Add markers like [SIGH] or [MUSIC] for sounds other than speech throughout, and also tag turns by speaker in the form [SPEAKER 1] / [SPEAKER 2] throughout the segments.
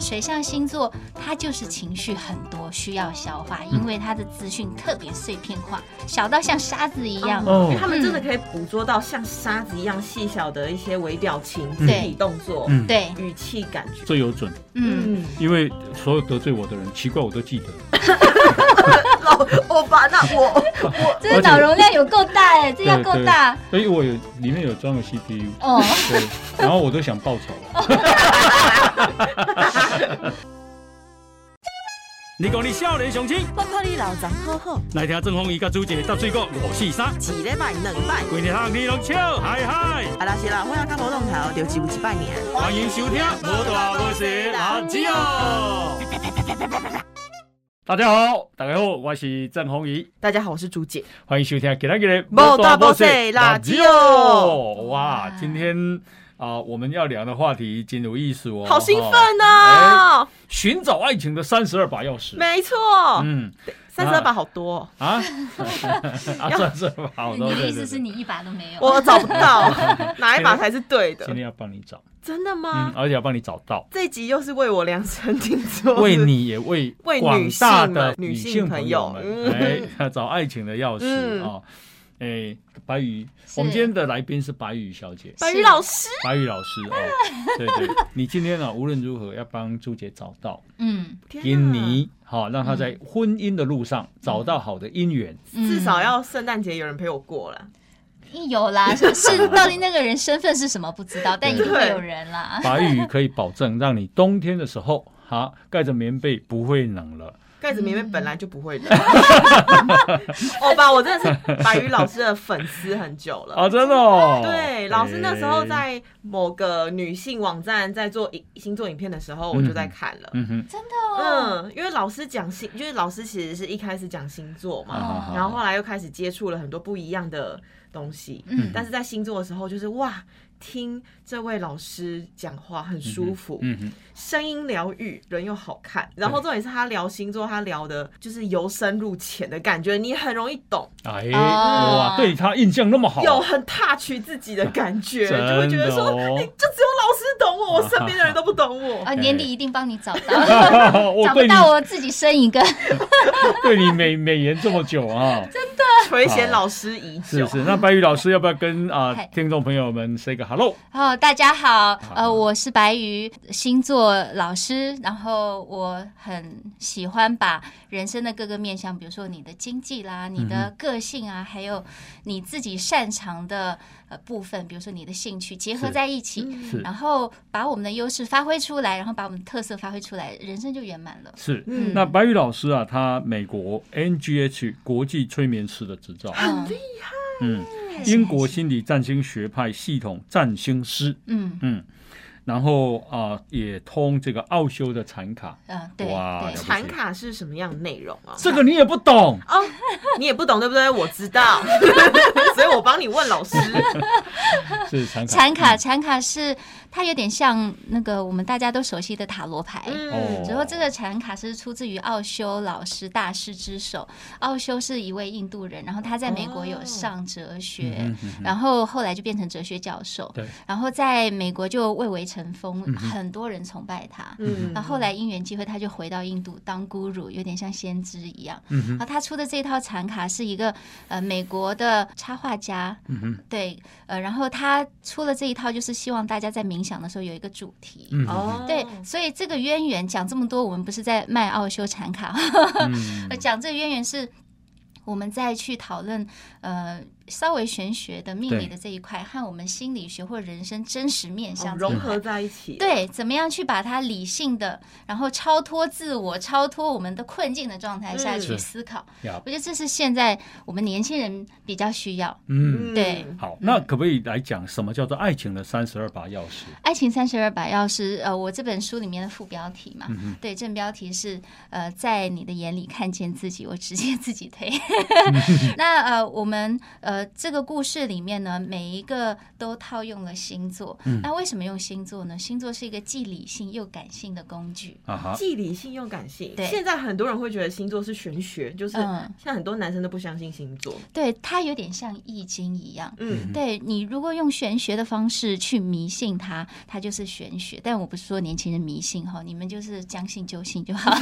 [SPEAKER 1] 水象星座它就是情绪很多，需要消化，因为它的资讯特别碎片化，小到像沙子一样。
[SPEAKER 2] 哦
[SPEAKER 3] 因为他们真的可以捕捉到像沙子一样细小的一些微表情、肢
[SPEAKER 1] 嗯
[SPEAKER 3] 体动作、
[SPEAKER 2] 嗯，
[SPEAKER 1] 对，
[SPEAKER 3] 语气感觉。
[SPEAKER 4] 这有准，
[SPEAKER 1] 嗯，
[SPEAKER 3] 嗯，
[SPEAKER 4] 因为所有得罪我的人，奇怪我都记得。
[SPEAKER 3] 老欧巴，那我
[SPEAKER 1] 这个脑容量有够大哎，这要够大
[SPEAKER 4] 所以我有里面有装了 [LAUGHS] CPU，
[SPEAKER 1] 哦。
[SPEAKER 4] 对，然后我都想报仇啊 [LAUGHS] 了。你讲你少年雄心，
[SPEAKER 5] 我看你老张好好，
[SPEAKER 4] 来听郑鸿仪甲朱姐搭水果五四三，
[SPEAKER 5] 一礼拜两摆，
[SPEAKER 4] 规日项你拢笑嗨嗨。
[SPEAKER 5] 啊啦是啦，我也较无弄头，就只有一摆尔。
[SPEAKER 4] 欢迎收听《无大无小垃圾哦》。大家好，大家好，我是郑鸿仪，
[SPEAKER 3] 大家好，我是朱姐。
[SPEAKER 4] 欢迎收听今天的《
[SPEAKER 5] 无大无小垃圾哦》。
[SPEAKER 4] 哇，今天啊、我们要聊的话题真有意思哦，
[SPEAKER 3] 好兴
[SPEAKER 4] 哈
[SPEAKER 3] 奋哦！
[SPEAKER 4] 寻找爱情的三十二把钥匙。
[SPEAKER 3] 没错，
[SPEAKER 4] 哎嗯
[SPEAKER 3] 三十二把好多哦，
[SPEAKER 4] 啊
[SPEAKER 3] [LAUGHS]
[SPEAKER 4] 啊，三十二把，我
[SPEAKER 1] 你
[SPEAKER 4] 都
[SPEAKER 1] 的
[SPEAKER 4] 对
[SPEAKER 1] 意思
[SPEAKER 4] 对
[SPEAKER 1] 是
[SPEAKER 4] 对
[SPEAKER 1] 你一把都没有？
[SPEAKER 3] 我找
[SPEAKER 4] [LAUGHS]
[SPEAKER 3] 不到哪一把才是对的
[SPEAKER 4] 今。天要帮啊你找，
[SPEAKER 3] 真的
[SPEAKER 4] 嗯
[SPEAKER 3] 吗，？
[SPEAKER 4] 而且要帮你找到，
[SPEAKER 3] 这集又是为我量身定做的，
[SPEAKER 4] 为你也为
[SPEAKER 3] 为
[SPEAKER 4] 广
[SPEAKER 3] 女性
[SPEAKER 4] 大
[SPEAKER 3] 们
[SPEAKER 4] 的
[SPEAKER 3] 女
[SPEAKER 4] 女
[SPEAKER 3] 性
[SPEAKER 4] 性
[SPEAKER 3] 朋
[SPEAKER 4] 朋
[SPEAKER 3] 友
[SPEAKER 4] 友
[SPEAKER 3] 嗯
[SPEAKER 4] 们，哎，要找爱情的钥匙
[SPEAKER 3] 嗯
[SPEAKER 4] 啊。哎，白宇，
[SPEAKER 1] 是
[SPEAKER 4] 我们今天的来宾是白宇小姐，
[SPEAKER 3] 白宇老师。
[SPEAKER 4] 白宇老师哦。对对，你今天啊，无论如何要帮朱姐找到
[SPEAKER 1] 嗯，
[SPEAKER 3] 啊
[SPEAKER 4] 姻妮，好，让她
[SPEAKER 3] 嗯
[SPEAKER 4] 在婚姻的路上找到好的姻
[SPEAKER 3] [LAUGHS]
[SPEAKER 4] 缘。
[SPEAKER 1] 嗯
[SPEAKER 3] 至少要圣诞节有人陪我过了。
[SPEAKER 1] 有啦，是是到底那个人身份是什么不知
[SPEAKER 4] [LAUGHS]
[SPEAKER 1] 道，但一定会
[SPEAKER 3] 对
[SPEAKER 1] 有人啦。
[SPEAKER 4] 白宇可以保证让你冬天的时候，哈，盖着棉被不会冷了。
[SPEAKER 3] 盖子明明本来就不会冷。
[SPEAKER 4] 嗯
[SPEAKER 3] [LAUGHS] 欧巴，我真的是白宇老师的粉丝很久了。
[SPEAKER 4] 啊，真的、哦？
[SPEAKER 3] 对，老师那时候
[SPEAKER 4] 哎，
[SPEAKER 3] 在某个女性网站在做影星座影片的时候，我就在看了。
[SPEAKER 4] 嗯哼，
[SPEAKER 1] 真的哦，
[SPEAKER 3] 嗯，因为老师讲星，就是老师其实是一开始讲星座嘛，
[SPEAKER 4] 好好
[SPEAKER 3] 哦然后后来又开始接触了很多不一样的东西。
[SPEAKER 1] 嗯
[SPEAKER 3] 但是在星座的时候，就是哇，听这位老师讲话很舒服，
[SPEAKER 4] 嗯哼，
[SPEAKER 3] 声音疗愈，人又好看。然后重点是他聊星座，他聊的就是由深入浅的感觉，你很容易懂，
[SPEAKER 4] 哎，
[SPEAKER 1] 哦
[SPEAKER 4] 哇，对他印象那么好， [LAUGHS]
[SPEAKER 3] 有很 touch 自己的感觉，
[SPEAKER 4] 哦真的
[SPEAKER 3] 就会觉得说，
[SPEAKER 4] 哦
[SPEAKER 3] 你就只有老师懂我，我身边的人都不懂我。
[SPEAKER 1] [LAUGHS] 啊，年底一定帮你找到，
[SPEAKER 4] [LAUGHS] 哦我
[SPEAKER 1] 找不
[SPEAKER 4] 对你
[SPEAKER 1] 到我自己生一个。
[SPEAKER 4] [LAUGHS] 对你美美言这么久
[SPEAKER 3] [LAUGHS]
[SPEAKER 4] 啊，
[SPEAKER 3] 垂涎老师已
[SPEAKER 4] 是
[SPEAKER 3] 久，
[SPEAKER 4] 是。那白宇老师要不要跟啊、
[SPEAKER 1] 嗨
[SPEAKER 4] 听众朋友们 say 个 hello？
[SPEAKER 1] 哦，大家好，
[SPEAKER 4] 好
[SPEAKER 1] 呃，我是白鱼星座老师，然后我很喜欢把人生的各个面向，比如说你的经济啦、你
[SPEAKER 4] 嗯
[SPEAKER 1] 的个性啊，还有你自己擅长的呃部分，比如说你的兴趣，结合
[SPEAKER 4] 是嗯
[SPEAKER 1] 在一起，
[SPEAKER 4] 是
[SPEAKER 1] 然后把我们的优势发挥出来，然后把我们的特色发挥出来，人生就圆满了。
[SPEAKER 4] 是。
[SPEAKER 3] 嗯
[SPEAKER 4] 那白宇老师啊，他美国 NGH 国际催眠师的执照，
[SPEAKER 1] 嗯，
[SPEAKER 4] 嗯，
[SPEAKER 1] 还是
[SPEAKER 4] 英国，心理占星学派系统占星师，
[SPEAKER 1] 嗯
[SPEAKER 4] 嗯，然后啊、也通这个奥修的禅卡，
[SPEAKER 1] 嗯、呃对
[SPEAKER 4] 哇
[SPEAKER 1] 对
[SPEAKER 4] 了不，起
[SPEAKER 3] 产卡是什么样的内容啊？
[SPEAKER 4] 这个你也不懂，
[SPEAKER 3] 哦，你也不懂对不对？我知道， [LAUGHS] 所以我帮你问老师。
[SPEAKER 4] 是禅卡。
[SPEAKER 1] 产卡产卡是它有点像那个我们大家都熟悉的塔罗牌，
[SPEAKER 4] 哦
[SPEAKER 3] 嗯，
[SPEAKER 1] 然后这个禅卡是出自于奥修老师大师之手。奥修是一位印度人，然后他在美国有上哲学，
[SPEAKER 4] 嗯哼
[SPEAKER 1] 然后后来就变成哲学教授，
[SPEAKER 4] 对，嗯
[SPEAKER 1] 然后在美国就蔚为成风，很多人崇拜他。
[SPEAKER 3] 嗯
[SPEAKER 1] 那后来因缘机会，他就回到印度当 guru，有点像先知一样。
[SPEAKER 4] 嗯哼
[SPEAKER 1] 然后他出的这套禅卡是一个呃美国的插画家，
[SPEAKER 4] 嗯哼，
[SPEAKER 1] 对，呃，然后他出了这一套，就是希望大家在冥想的时候有一个主题。
[SPEAKER 4] 嗯哼，
[SPEAKER 3] 哦，
[SPEAKER 1] 对，所以这个渊源讲这么多，我们不是在卖奥修产卡，[LAUGHS]
[SPEAKER 4] 嗯
[SPEAKER 1] 呃讲这个渊源是我们在去讨论呃稍微玄学的命理的这一块，和我们心理学或人生真实面
[SPEAKER 3] 哦
[SPEAKER 1] 向这一
[SPEAKER 3] 融
[SPEAKER 1] 块
[SPEAKER 3] 合。在一起。，
[SPEAKER 1] 对，怎么样去把它理性的，然后超脱自我、超脱我们的困境的状态下
[SPEAKER 3] 嗯
[SPEAKER 1] 去
[SPEAKER 4] 是
[SPEAKER 1] 思考？
[SPEAKER 4] 呀
[SPEAKER 1] 我觉得这是现在我们年轻人比较需要。
[SPEAKER 4] 嗯，
[SPEAKER 1] 对
[SPEAKER 4] 好，那可不可以来讲什么叫做爱情的三十二把钥匙？
[SPEAKER 1] 爱情三十二把钥匙，呃，我这本书里面的副标题嘛，对，正标题是呃，在你的眼里看见自己，我直接自己推。那呃，我们呃呃，这个故事里面呢，每一个都套用了星座。
[SPEAKER 4] 嗯
[SPEAKER 1] 那为什么用星座呢？星座是一个既理性又感性的工具。
[SPEAKER 4] 啊哈，
[SPEAKER 3] 既理性又感性。
[SPEAKER 1] 对
[SPEAKER 3] 现在很多人会觉得星座是玄学，就是
[SPEAKER 1] 嗯
[SPEAKER 3] 现在很多男生都不相信星座。
[SPEAKER 1] 对，它有点像易经一样。
[SPEAKER 3] 嗯，
[SPEAKER 4] 嗯
[SPEAKER 1] 对你如果用玄学的方式去迷信它，它就是玄学。但我不是说年轻人迷信哈，你们就是将信就信就好。 [LAUGHS]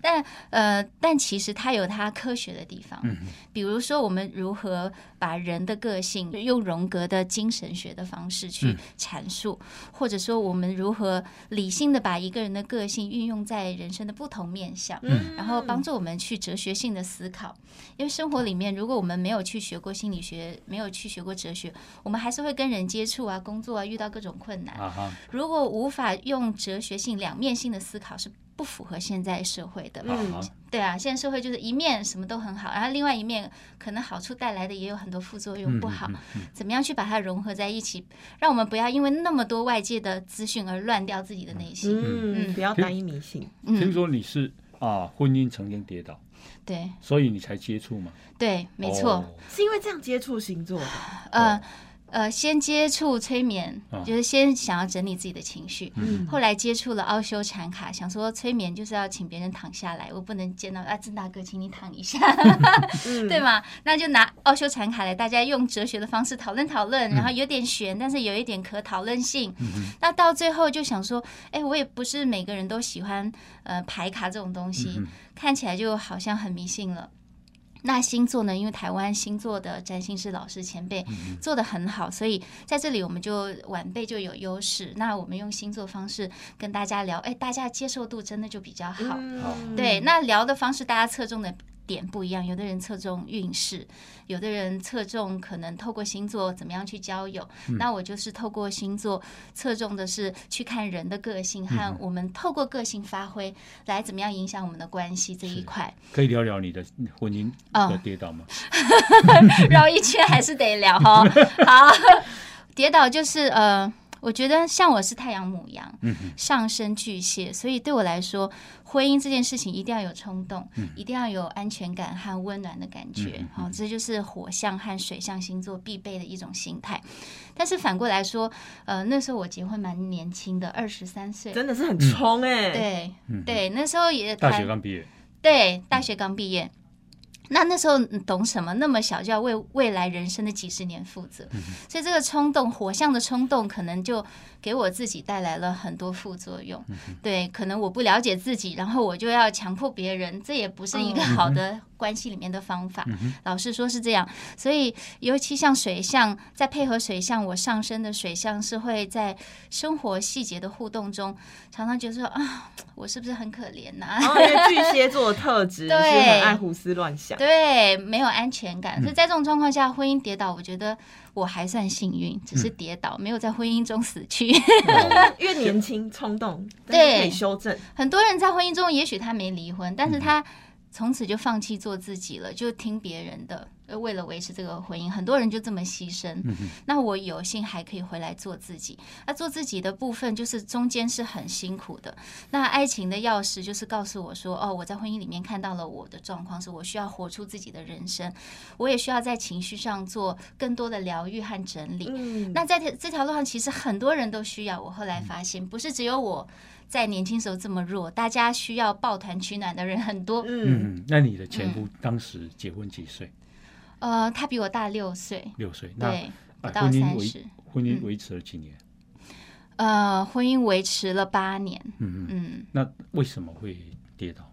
[SPEAKER 1] 但呃，但其实它有它科学的地方，
[SPEAKER 4] 嗯
[SPEAKER 1] 比如说我们如何把人的个性用荣格的精神学的方式去
[SPEAKER 4] 嗯
[SPEAKER 1] 阐述，或者说我们如何理性的把一个人的个性运用在人生的不同面向。
[SPEAKER 4] 嗯
[SPEAKER 1] 然后帮助我们去哲学性的思考。因为生活里面，如果我们没有去学过心理学，没有去学过哲学，我们还是会跟人接触啊、工作啊，遇到各种困难。
[SPEAKER 4] 啊哈，
[SPEAKER 1] 如果无法用哲学性、两面性的思考，是不符合现在社会的。
[SPEAKER 4] 啊哈，
[SPEAKER 1] 对啊，现在社会就是一面什么都很好，然后另外一面可能好处带来的也有很多副作用，
[SPEAKER 4] 嗯
[SPEAKER 1] 不好。
[SPEAKER 4] 嗯嗯
[SPEAKER 1] 怎么样去把它融合在一起，让我们不要因为那么多外界的资讯而乱掉自己的内心。
[SPEAKER 3] 嗯，
[SPEAKER 1] 嗯
[SPEAKER 3] 不要单一迷信。
[SPEAKER 4] 听
[SPEAKER 1] 嗯，
[SPEAKER 4] 说你是啊婚姻曾经跌倒，
[SPEAKER 1] 对
[SPEAKER 4] 所以你才接触嘛？
[SPEAKER 1] 对，没错。
[SPEAKER 4] 哦，
[SPEAKER 3] 是因为这样接触星座的，
[SPEAKER 1] 呃呃，先接触催眠
[SPEAKER 4] 啊，
[SPEAKER 1] 就是先想要整理自己的情绪。
[SPEAKER 4] 嗯
[SPEAKER 1] 后来接触了奥修禅卡，想说催眠就是要请别人躺下来，我不能见到啊，郑大哥，请你躺一下，[LAUGHS]
[SPEAKER 3] 嗯
[SPEAKER 1] 对吗？那就拿奥修禅卡来，大家用哲学的方式讨论讨论，然后有点悬，但是有一点可讨论性。那到最后就想说，哎，我也不是每个人都喜欢呃牌卡这种东西，
[SPEAKER 4] 嗯
[SPEAKER 1] 看起来就好像很迷信了。那星座呢？因为台湾星座的占星师老师前辈做得很好，所以在这里我们就晚辈就有优势。那我们用星座方式跟大家聊，哎，大家接受度真的就比较好。
[SPEAKER 4] 好
[SPEAKER 3] 嗯
[SPEAKER 1] 对，那聊的方式大家侧重的点不一样，有的人侧重运势，有的人侧重可能透过星座怎么样去交友。那我就是透过星座侧重的是去看人的个性和我们透过个性发挥来怎么样影响我们的关系这一
[SPEAKER 4] 是
[SPEAKER 1] 块。
[SPEAKER 4] 可以聊聊你的婚姻的
[SPEAKER 1] 嗯
[SPEAKER 4] 跌倒吗？
[SPEAKER 1] 绕一圈还是得聊哈。好，跌倒就是呃，我觉得像我是太阳母羊，
[SPEAKER 4] 嗯哼
[SPEAKER 1] 上升巨蟹，所以对我来说，婚姻这件事情一定要有冲动，一定要有安全感和温暖的感觉
[SPEAKER 4] 嗯。
[SPEAKER 1] 好、这就是火象和水象星座必备的一种心态。但是反过来说，呃，那时候我结婚蛮年轻的，二十三岁。
[SPEAKER 3] 真的是很冲哎、
[SPEAKER 1] 对
[SPEAKER 4] 嗯，
[SPEAKER 1] 对，那时候也
[SPEAKER 4] 大
[SPEAKER 1] 谈
[SPEAKER 4] 学刚
[SPEAKER 1] [LAUGHS]
[SPEAKER 4] 毕业，
[SPEAKER 1] 对，大学刚毕业。那那时候你懂什么？那么小就要为未来人生的几十年负责，所以这个冲动，火象的冲动，可能就给我自己带来了很多副作用。对，可能我不了解自己，然后我就要强迫别人，这也不是一个好的关系里面的方法。老实说是这样，所以尤其像水象，再配合水象，我上升的水象是会在生活细节的互动中，常常觉得说啊，我是不是很可怜啊呐、 [LAUGHS]
[SPEAKER 3] 然后因为巨蟹座的特质是
[SPEAKER 1] 对
[SPEAKER 3] 很爱胡思乱想，
[SPEAKER 1] 对，没有安全感。所以在这种状况下，婚姻跌倒，我觉得我还算幸运，只是跌倒，没有在婚姻中死去。
[SPEAKER 4] 哦
[SPEAKER 3] 因为年轻冲动，
[SPEAKER 1] 对
[SPEAKER 3] 但是可以修正。
[SPEAKER 1] 很多人在婚姻中，也许他没离婚，但是他从此就放弃做自己了，就听别人的。呃为了维持这个婚姻，很多人就这么牺牲。那我有幸还可以回来做自己。那做自己的部分，就是中间是很辛苦的。那爱情的钥匙就是告诉我说，哦，我在婚姻里面看到了我的状况，是我需要活出自己的人生，我也需要在情绪上做更多的疗愈和整理。
[SPEAKER 3] 嗯，
[SPEAKER 1] 那在这这条路上，其实很多人都需要。我后
[SPEAKER 4] 嗯
[SPEAKER 1] 来发现，不是只有我在年轻时候这么弱，大家需要抱团取暖的人很多。
[SPEAKER 3] 嗯，
[SPEAKER 4] 嗯嗯，那你的前夫当时结婚几岁？
[SPEAKER 1] 呃，他比我大六岁，
[SPEAKER 4] 六岁，那
[SPEAKER 1] 对，嗯不
[SPEAKER 4] 啊
[SPEAKER 1] 到
[SPEAKER 4] 婚姻
[SPEAKER 1] 三
[SPEAKER 4] 维
[SPEAKER 1] 十。
[SPEAKER 4] 婚姻维持了几年？
[SPEAKER 1] 呃，婚姻维持了八年。
[SPEAKER 4] 嗯嗯，
[SPEAKER 1] 嗯，
[SPEAKER 4] 那为什么会跌倒？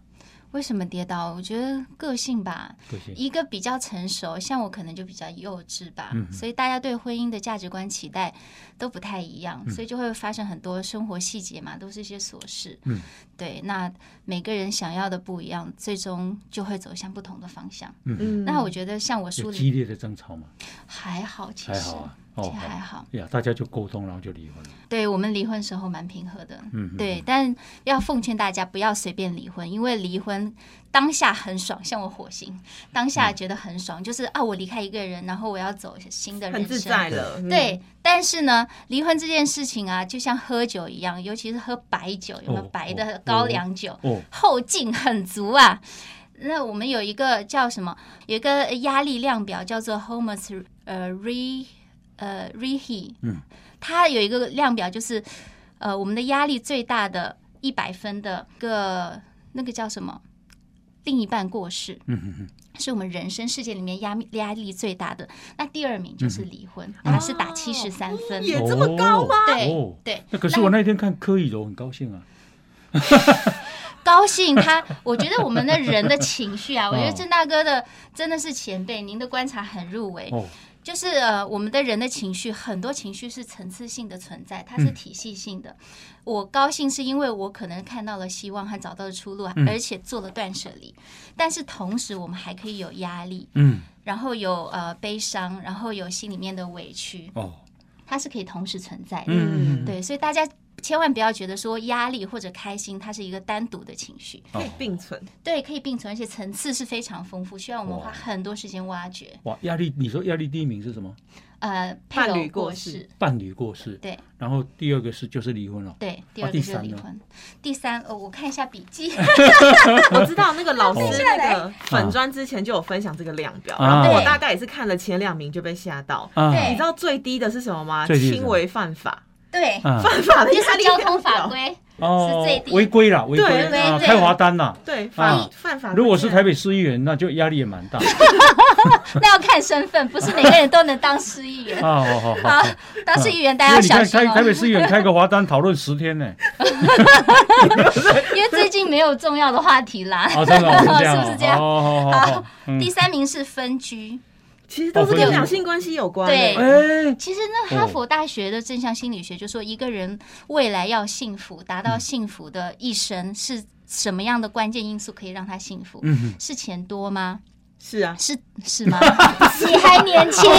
[SPEAKER 1] 为什么跌倒？我觉得个性吧，
[SPEAKER 4] 个性
[SPEAKER 1] 一个比较成熟，像我可能就比较幼稚吧，
[SPEAKER 4] 嗯
[SPEAKER 1] 所以大家对婚姻的价值观期待都不太一
[SPEAKER 4] 嗯
[SPEAKER 1] 样，所以就会发生很多生活细节嘛，都是一些琐事。
[SPEAKER 4] 嗯，
[SPEAKER 1] 对，那每个人想要的不一样，最终就会走向不同的方向。
[SPEAKER 3] 嗯
[SPEAKER 1] 那我觉得像我
[SPEAKER 4] 有
[SPEAKER 1] 书
[SPEAKER 4] 激
[SPEAKER 1] 里
[SPEAKER 4] 烈的争吵吗？
[SPEAKER 1] 还好，其
[SPEAKER 4] 还
[SPEAKER 1] 实
[SPEAKER 4] 好啊，
[SPEAKER 1] 其
[SPEAKER 4] 哦，
[SPEAKER 1] 实还好。
[SPEAKER 4] 呀，大家就沟通，然后就离婚了。
[SPEAKER 1] 对我们离婚时候蛮平和的，
[SPEAKER 4] 嗯，嗯，
[SPEAKER 1] 对，但要奉劝大家不要随便离婚，因为离婚当下很爽，像我火星，当
[SPEAKER 4] 嗯
[SPEAKER 1] 下觉得很爽，就是啊，我离开一个人，然后我要走新的人
[SPEAKER 3] 很
[SPEAKER 1] 生，
[SPEAKER 3] 自在了。嗯，
[SPEAKER 1] 对，但是呢，离婚这件事情啊，就像喝酒一样，尤其是喝白酒，有没有
[SPEAKER 4] 哦
[SPEAKER 1] 白
[SPEAKER 4] 哦
[SPEAKER 1] 的
[SPEAKER 4] 哦
[SPEAKER 1] 高粱酒，
[SPEAKER 4] 哦，
[SPEAKER 1] 后劲很足啊。那我们有一个叫什么？有一个压力量表叫做 Holmes 呃 Re 呃 Rehe，
[SPEAKER 4] 嗯，
[SPEAKER 1] 它有一个量表就是呃我们的压力最大的一百分的一个那个叫什么？另一半过世
[SPEAKER 4] 嗯嗯嗯，
[SPEAKER 1] 是我们人生世界里面压压力最大的。那第二名就是离婚，它是打七十三分。
[SPEAKER 3] 也这么高吗？
[SPEAKER 1] 对
[SPEAKER 4] 哦
[SPEAKER 1] 对，
[SPEAKER 4] 那可是我那天看柯以柔很高兴啊，
[SPEAKER 1] 高兴他， [LAUGHS] 我觉得我们的人的情绪啊，我觉得
[SPEAKER 4] 哦
[SPEAKER 1] 郑大哥的真的是前辈，您的观察很入围。
[SPEAKER 4] 哦，
[SPEAKER 1] 就是呃，我们的人的情绪，很多情绪是层次性的存在，它是
[SPEAKER 4] 嗯
[SPEAKER 1] 体系性的。我高兴是因为我可能看到了希望和找到了出路，啊
[SPEAKER 4] 嗯
[SPEAKER 1] 而且做了断舍离。但是同时，我们还可以有压力，
[SPEAKER 4] 嗯，
[SPEAKER 1] 然后有呃悲伤，然后有心里面的委屈，
[SPEAKER 4] 哦，
[SPEAKER 1] 它是可以同时存在的。
[SPEAKER 4] 嗯，嗯，
[SPEAKER 1] 对，所以大家千万不要觉得说压力或者开心，它是一个单独的情绪。
[SPEAKER 4] 嗯
[SPEAKER 3] 可以并存，
[SPEAKER 1] 对，可以并存，而且层次是非常丰富，需要我们
[SPEAKER 4] 哇
[SPEAKER 1] 花很多时间挖掘。
[SPEAKER 4] 哇，压力，你说压力第一名是什么？
[SPEAKER 1] 呃，配
[SPEAKER 3] 伴
[SPEAKER 1] 偶
[SPEAKER 3] 侣过
[SPEAKER 1] 过
[SPEAKER 3] 世
[SPEAKER 1] 世，
[SPEAKER 4] 伴侣过世，
[SPEAKER 1] 对
[SPEAKER 4] 然后第二个是就是离婚了，
[SPEAKER 1] 对，第
[SPEAKER 4] 啊
[SPEAKER 1] 二个
[SPEAKER 4] 第
[SPEAKER 1] 就是
[SPEAKER 4] 三
[SPEAKER 1] 离
[SPEAKER 4] 呢
[SPEAKER 1] 婚。第三，呃，我看一下笔
[SPEAKER 4] [LAUGHS]
[SPEAKER 1] 记，
[SPEAKER 3] 我知道那个
[SPEAKER 1] [LAUGHS]
[SPEAKER 3] 老师
[SPEAKER 4] 哦
[SPEAKER 3] 那个粉砖之前就有分享这个量表，
[SPEAKER 4] 啊
[SPEAKER 3] 然后我
[SPEAKER 1] 对
[SPEAKER 3] 大概也是看了前两名就被吓到。
[SPEAKER 4] 啊，
[SPEAKER 1] 对
[SPEAKER 3] 你知道最低的是什么吗？
[SPEAKER 4] 最低是什么
[SPEAKER 3] 轻微犯法，
[SPEAKER 1] 对，[LAUGHS]
[SPEAKER 4] 啊，
[SPEAKER 3] 犯法的
[SPEAKER 1] 就
[SPEAKER 3] 压
[SPEAKER 1] 是
[SPEAKER 3] 力
[SPEAKER 1] 交通法
[SPEAKER 3] 量表。
[SPEAKER 1] 规，
[SPEAKER 4] 哦
[SPEAKER 1] 是最，低
[SPEAKER 4] 违规啦，违
[SPEAKER 3] 对
[SPEAKER 4] 规
[SPEAKER 1] 对
[SPEAKER 4] 啊，
[SPEAKER 1] 对
[SPEAKER 4] 开罚单啦。
[SPEAKER 3] 对，犯
[SPEAKER 4] 啊
[SPEAKER 3] 犯法。
[SPEAKER 4] 如果是台，北市议员，那就压力也蛮
[SPEAKER 1] [LAUGHS]
[SPEAKER 4] 大
[SPEAKER 1] 那要看身份，不是每个人都能当市议员。
[SPEAKER 4] 啊。 [LAUGHS] 好好
[SPEAKER 1] 啊
[SPEAKER 4] 好，因，
[SPEAKER 1] 当市议员大家
[SPEAKER 4] 为
[SPEAKER 1] 要
[SPEAKER 4] 你
[SPEAKER 1] 小
[SPEAKER 4] 看
[SPEAKER 1] 心
[SPEAKER 4] 台台北
[SPEAKER 1] 哦，
[SPEAKER 4] 市议员开个罚单讨论十
[SPEAKER 1] [LAUGHS]
[SPEAKER 4] 天呢，
[SPEAKER 1] 因为最近没有重要的话题啦。
[SPEAKER 4] 啊，真的哦这样哦，
[SPEAKER 1] 是不是这样
[SPEAKER 4] 好好好好，嗯
[SPEAKER 1] 第三名是分居，
[SPEAKER 3] 其实都是
[SPEAKER 4] 哦
[SPEAKER 3] 跟
[SPEAKER 4] 分
[SPEAKER 3] 两性关系有关。
[SPEAKER 1] 对
[SPEAKER 4] 哎，
[SPEAKER 1] 其实呢，
[SPEAKER 4] 哦
[SPEAKER 1] 哈佛大学的正向心理学就说，一个人未来要幸福，达
[SPEAKER 4] 嗯
[SPEAKER 1] 到幸福的一生是什么样的关键因素可以让他幸福？
[SPEAKER 4] 嗯，
[SPEAKER 1] 是钱多吗？
[SPEAKER 3] 是啊，
[SPEAKER 1] 是是吗？ [LAUGHS] 哦你还年轻，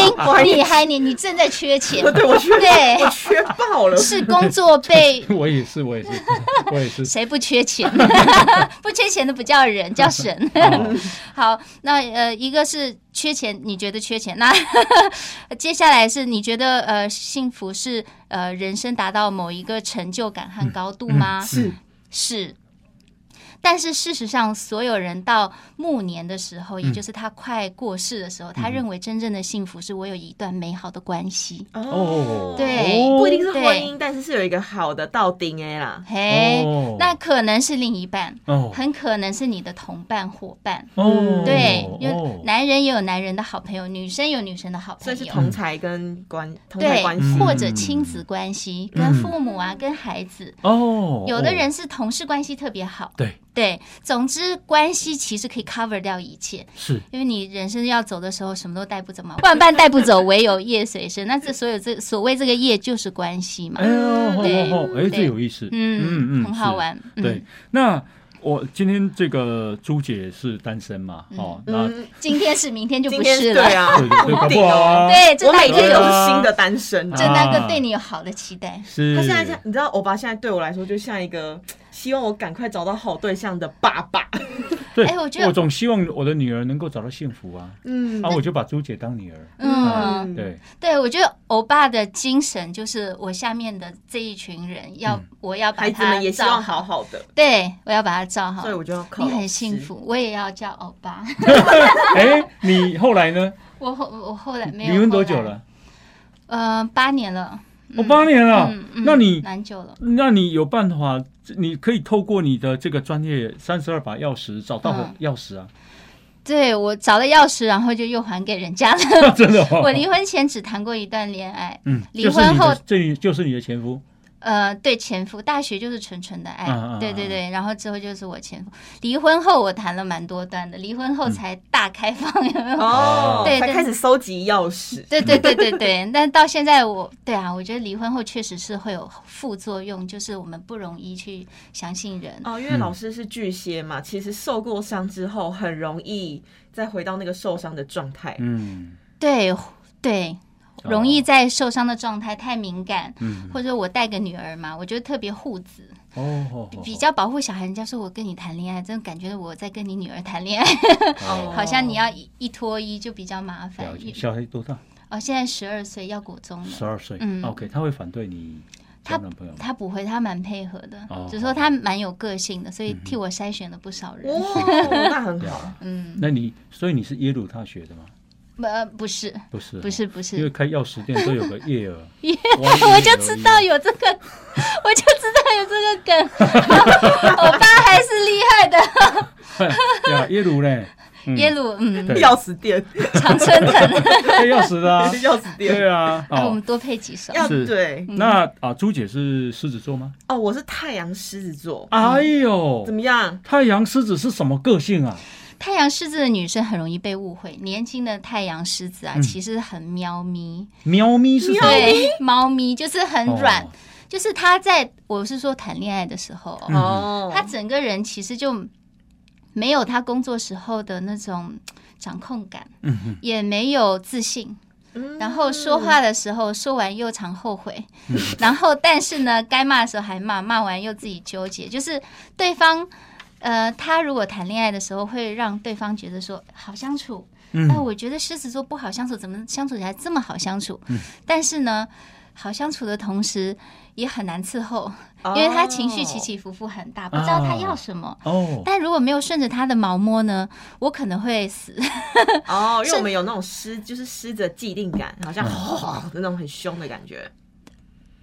[SPEAKER 1] 你还年，你正在缺 [LAUGHS] 钱，
[SPEAKER 3] 对我缺，
[SPEAKER 1] 对
[SPEAKER 3] 我缺爆了。
[SPEAKER 1] 是工作被 [LAUGHS]
[SPEAKER 4] 我也是，我也是， [LAUGHS] 我也是。
[SPEAKER 1] 谁不缺钱？ [LAUGHS] 不缺钱的不叫人，叫 [LAUGHS] 神。
[SPEAKER 4] 哦
[SPEAKER 1] 好，那呃，一个是缺钱，你觉得缺钱？那 [LAUGHS] 接下来是你觉得呃，幸福是呃，人生达到某一个成就感和高度吗？
[SPEAKER 3] 是
[SPEAKER 1] 是。但是事实上，所有人到暮年的时
[SPEAKER 4] 嗯
[SPEAKER 1] 候，也就是他快过世的时候，他认为真正的幸福是我有一段美好的关系。
[SPEAKER 4] 哦，
[SPEAKER 1] 对
[SPEAKER 4] 哦
[SPEAKER 3] 不一定是婚姻，但是是有一个好的到顶 A 啦。
[SPEAKER 1] 嘿哎
[SPEAKER 4] 哦
[SPEAKER 1] 那可能是另一半，
[SPEAKER 4] 哦
[SPEAKER 1] 很可能是你的同伴、伙伴。
[SPEAKER 4] 哦，
[SPEAKER 1] 对，
[SPEAKER 4] 哦
[SPEAKER 1] 有男人也有男人的好朋友，女生有女生的好
[SPEAKER 3] 所
[SPEAKER 1] 朋
[SPEAKER 3] 以是
[SPEAKER 1] 友，
[SPEAKER 4] 嗯
[SPEAKER 3] 同才跟关同才
[SPEAKER 1] 对
[SPEAKER 3] 关系，，
[SPEAKER 1] 或者亲子关系，
[SPEAKER 4] 嗯
[SPEAKER 1] 跟父母啊，跟孩子。
[SPEAKER 4] 哦，
[SPEAKER 1] 有的人是同事关系特别好，
[SPEAKER 4] 对
[SPEAKER 1] 对，总之关系其实可以 cover 掉一切，
[SPEAKER 4] 是
[SPEAKER 1] 因为你人生要走的时候什么都带不走嘛，万般带不走，唯有业随身。那这所有这所谓这个业就是关系嘛
[SPEAKER 4] 哎，呦，哦
[SPEAKER 1] 对
[SPEAKER 4] 哦，哎，这
[SPEAKER 1] 对
[SPEAKER 4] 有意思，
[SPEAKER 1] 嗯很好
[SPEAKER 4] 是
[SPEAKER 1] 玩，嗯
[SPEAKER 4] 对，，那我今天这个朱姐是单身嘛？哦，那
[SPEAKER 3] 嗯，
[SPEAKER 1] 今天是明天就
[SPEAKER 3] 今
[SPEAKER 1] 不
[SPEAKER 3] 天
[SPEAKER 1] 是
[SPEAKER 3] 对
[SPEAKER 1] 了，
[SPEAKER 3] 啊，
[SPEAKER 4] 对对对，搞
[SPEAKER 3] 顶
[SPEAKER 4] 不好
[SPEAKER 3] 哦。
[SPEAKER 4] 啊，
[SPEAKER 1] [LAUGHS] 对，郑
[SPEAKER 3] 我
[SPEAKER 1] 大
[SPEAKER 3] 每
[SPEAKER 1] 哥
[SPEAKER 3] 天
[SPEAKER 1] 有
[SPEAKER 3] 都
[SPEAKER 4] 啊
[SPEAKER 3] 是新的单身。
[SPEAKER 1] 郑大
[SPEAKER 4] 啊
[SPEAKER 1] 哥对你有好的期待，
[SPEAKER 4] 是
[SPEAKER 3] 他现在像，你知道，欧巴现在对我来说，就像一个希望我赶快找到好对象的爸爸。
[SPEAKER 4] 对，
[SPEAKER 1] 哎我觉得
[SPEAKER 4] 总希望我的女儿能够找到幸福啊，
[SPEAKER 3] [LAUGHS] 嗯
[SPEAKER 4] 啊，我就把朱姐当女儿，
[SPEAKER 1] 嗯。
[SPEAKER 3] 嗯，
[SPEAKER 4] 对，
[SPEAKER 1] 对，我觉得欧巴的精神就是我下面的这一群人要，
[SPEAKER 4] 嗯
[SPEAKER 1] 我要把
[SPEAKER 3] 孩子们
[SPEAKER 1] 他
[SPEAKER 3] 也希
[SPEAKER 1] 照
[SPEAKER 3] 望好，好的，
[SPEAKER 1] 对我要把他照好
[SPEAKER 3] 所以。我就要靠
[SPEAKER 1] 你
[SPEAKER 3] 老
[SPEAKER 1] 很
[SPEAKER 3] 师
[SPEAKER 1] 幸。福，我也要叫欧巴。 [LAUGHS]
[SPEAKER 4] 哎，你后来呢？
[SPEAKER 1] 我后我后来 [LAUGHS] 没有
[SPEAKER 4] 离婚多
[SPEAKER 1] 后来
[SPEAKER 4] 久？了？
[SPEAKER 1] 呃，八年了。
[SPEAKER 4] 我八年了
[SPEAKER 1] 嗯嗯，
[SPEAKER 4] 哦那你
[SPEAKER 1] 蛮久了。
[SPEAKER 4] 那你有办法？你可以透过你的这个专业三十二把钥匙找到
[SPEAKER 1] 嗯
[SPEAKER 4] 钥匙啊！
[SPEAKER 1] 对我找了钥匙，然后就又还给人家了。
[SPEAKER 4] 真的
[SPEAKER 1] [LAUGHS]
[SPEAKER 4] 哦，
[SPEAKER 1] 我离婚前只谈过一段恋爱，
[SPEAKER 4] 嗯，
[SPEAKER 1] 离
[SPEAKER 4] 就是你
[SPEAKER 1] 婚后
[SPEAKER 4] 的这就是你的前夫，
[SPEAKER 1] 呃，对前夫，大学就是纯纯的爱，
[SPEAKER 4] 嗯嗯嗯
[SPEAKER 1] 对对对，然后之后就是我前夫。离婚后我谈了蛮多段的，离婚后才
[SPEAKER 4] 嗯
[SPEAKER 1] 大开放，有没有？
[SPEAKER 3] 哦，
[SPEAKER 1] 对
[SPEAKER 3] 才
[SPEAKER 1] 对
[SPEAKER 3] 开始搜集钥匙。
[SPEAKER 1] 对对对对
[SPEAKER 4] [LAUGHS]
[SPEAKER 1] 对，但到现在我对啊，我觉得离婚后确实是会有副作用，就是我们不容易去相信人。
[SPEAKER 3] 哦，因
[SPEAKER 4] 嗯
[SPEAKER 3] 为老师是巨蟹嘛，其实受过伤之后，很容易再回到那个受伤的状态。
[SPEAKER 4] 嗯，
[SPEAKER 1] 对对，
[SPEAKER 4] 哦
[SPEAKER 1] 容易在受伤的状态太敏感，
[SPEAKER 4] 嗯
[SPEAKER 1] 或者我带个女儿嘛，我觉得特别护子，
[SPEAKER 4] 哦哦，哦
[SPEAKER 1] 比较保护小孩。人家说我跟你谈恋爱，真的感觉我在跟你女儿谈恋爱，
[SPEAKER 3] 哦
[SPEAKER 1] [LAUGHS] 好像你要一一脱一就比较麻烦
[SPEAKER 4] 了。解小孩多大？
[SPEAKER 1] 哦，现在十二岁要国中了
[SPEAKER 4] 十。二岁
[SPEAKER 1] 嗯
[SPEAKER 4] ，OK，他会反对你交男朋友吗？
[SPEAKER 1] 他不会，他蛮配合的，
[SPEAKER 4] 哦
[SPEAKER 1] 只是说他蛮有个性的，所以
[SPEAKER 4] 嗯哼
[SPEAKER 1] 替我筛选了不少
[SPEAKER 4] 嗯
[SPEAKER 1] 人。
[SPEAKER 3] [LAUGHS] 哇，那很
[SPEAKER 4] 对
[SPEAKER 3] 好。
[SPEAKER 4] 啊，
[SPEAKER 1] 嗯，
[SPEAKER 4] 那你所以你是耶鲁大学的吗？
[SPEAKER 1] 不呃不是
[SPEAKER 4] 不是，
[SPEAKER 1] 不，是不
[SPEAKER 4] 因为
[SPEAKER 1] 是，
[SPEAKER 4] 开药食店都有个叶
[SPEAKER 1] [LAUGHS]
[SPEAKER 4] 儿， [LAUGHS]
[SPEAKER 1] 我就知道有这个，我就知道有这个梗， [LAUGHS] 我爸还是厉害的。
[SPEAKER 4] 对啊，耶鲁嘞，嗯
[SPEAKER 1] 耶鲁，嗯，
[SPEAKER 4] 对
[SPEAKER 3] 钥匙店，
[SPEAKER 1] 常春藤，
[SPEAKER 4] 开药食的 [LAUGHS] 啊，
[SPEAKER 3] [LAUGHS] 钥匙店，
[SPEAKER 1] [LAUGHS]
[SPEAKER 4] 对啊，
[SPEAKER 1] 我们
[SPEAKER 4] 哦，
[SPEAKER 1] 多配几首。
[SPEAKER 3] 要
[SPEAKER 4] 是
[SPEAKER 3] 对
[SPEAKER 1] 嗯
[SPEAKER 4] 那啊，朱姐是狮子座吗？
[SPEAKER 3] 哦，我是太阳狮子座，
[SPEAKER 1] 嗯
[SPEAKER 4] 哎呦
[SPEAKER 3] 怎，么样？
[SPEAKER 4] 太阳狮子是什么个性啊？
[SPEAKER 1] 太阳狮子的女生很容易被误会，年轻的太阳狮子啊，
[SPEAKER 4] 嗯
[SPEAKER 1] 其实很喵咪，
[SPEAKER 4] 喵咪是什么？
[SPEAKER 1] 对，猫咪就是很软，
[SPEAKER 4] 哦
[SPEAKER 1] 就是它在我是说谈恋爱的时候，
[SPEAKER 4] 嗯
[SPEAKER 3] 哦，
[SPEAKER 1] 他整个人其实就没有他工作时候的那种掌控感，
[SPEAKER 4] 嗯哼，
[SPEAKER 1] 也没有自信。
[SPEAKER 3] 嗯
[SPEAKER 1] 然后说话的时候说完又常后悔，
[SPEAKER 4] 嗯
[SPEAKER 1] [LAUGHS] 然后但是呢，该骂的时候还骂，骂完又自己纠结，就是对方。呃，他如果谈恋爱的时候，会让对方觉得说好相处。
[SPEAKER 4] 嗯
[SPEAKER 1] 哎，我觉得狮子座不好相处，怎么相处起来这么好相处？
[SPEAKER 4] 嗯
[SPEAKER 1] 但是呢，好相处的同时也很难伺候，因为他情绪起起伏伏很大，不知道他要什么。 [LAUGHS]
[SPEAKER 4] 哦，
[SPEAKER 1] 但如果没有顺着他的毛摸呢，我可能会死。
[SPEAKER 3] 哦，因为我们有那种狮，就是狮子的既定感，好
[SPEAKER 4] 嗯
[SPEAKER 3] 像吼的那种很凶的感觉。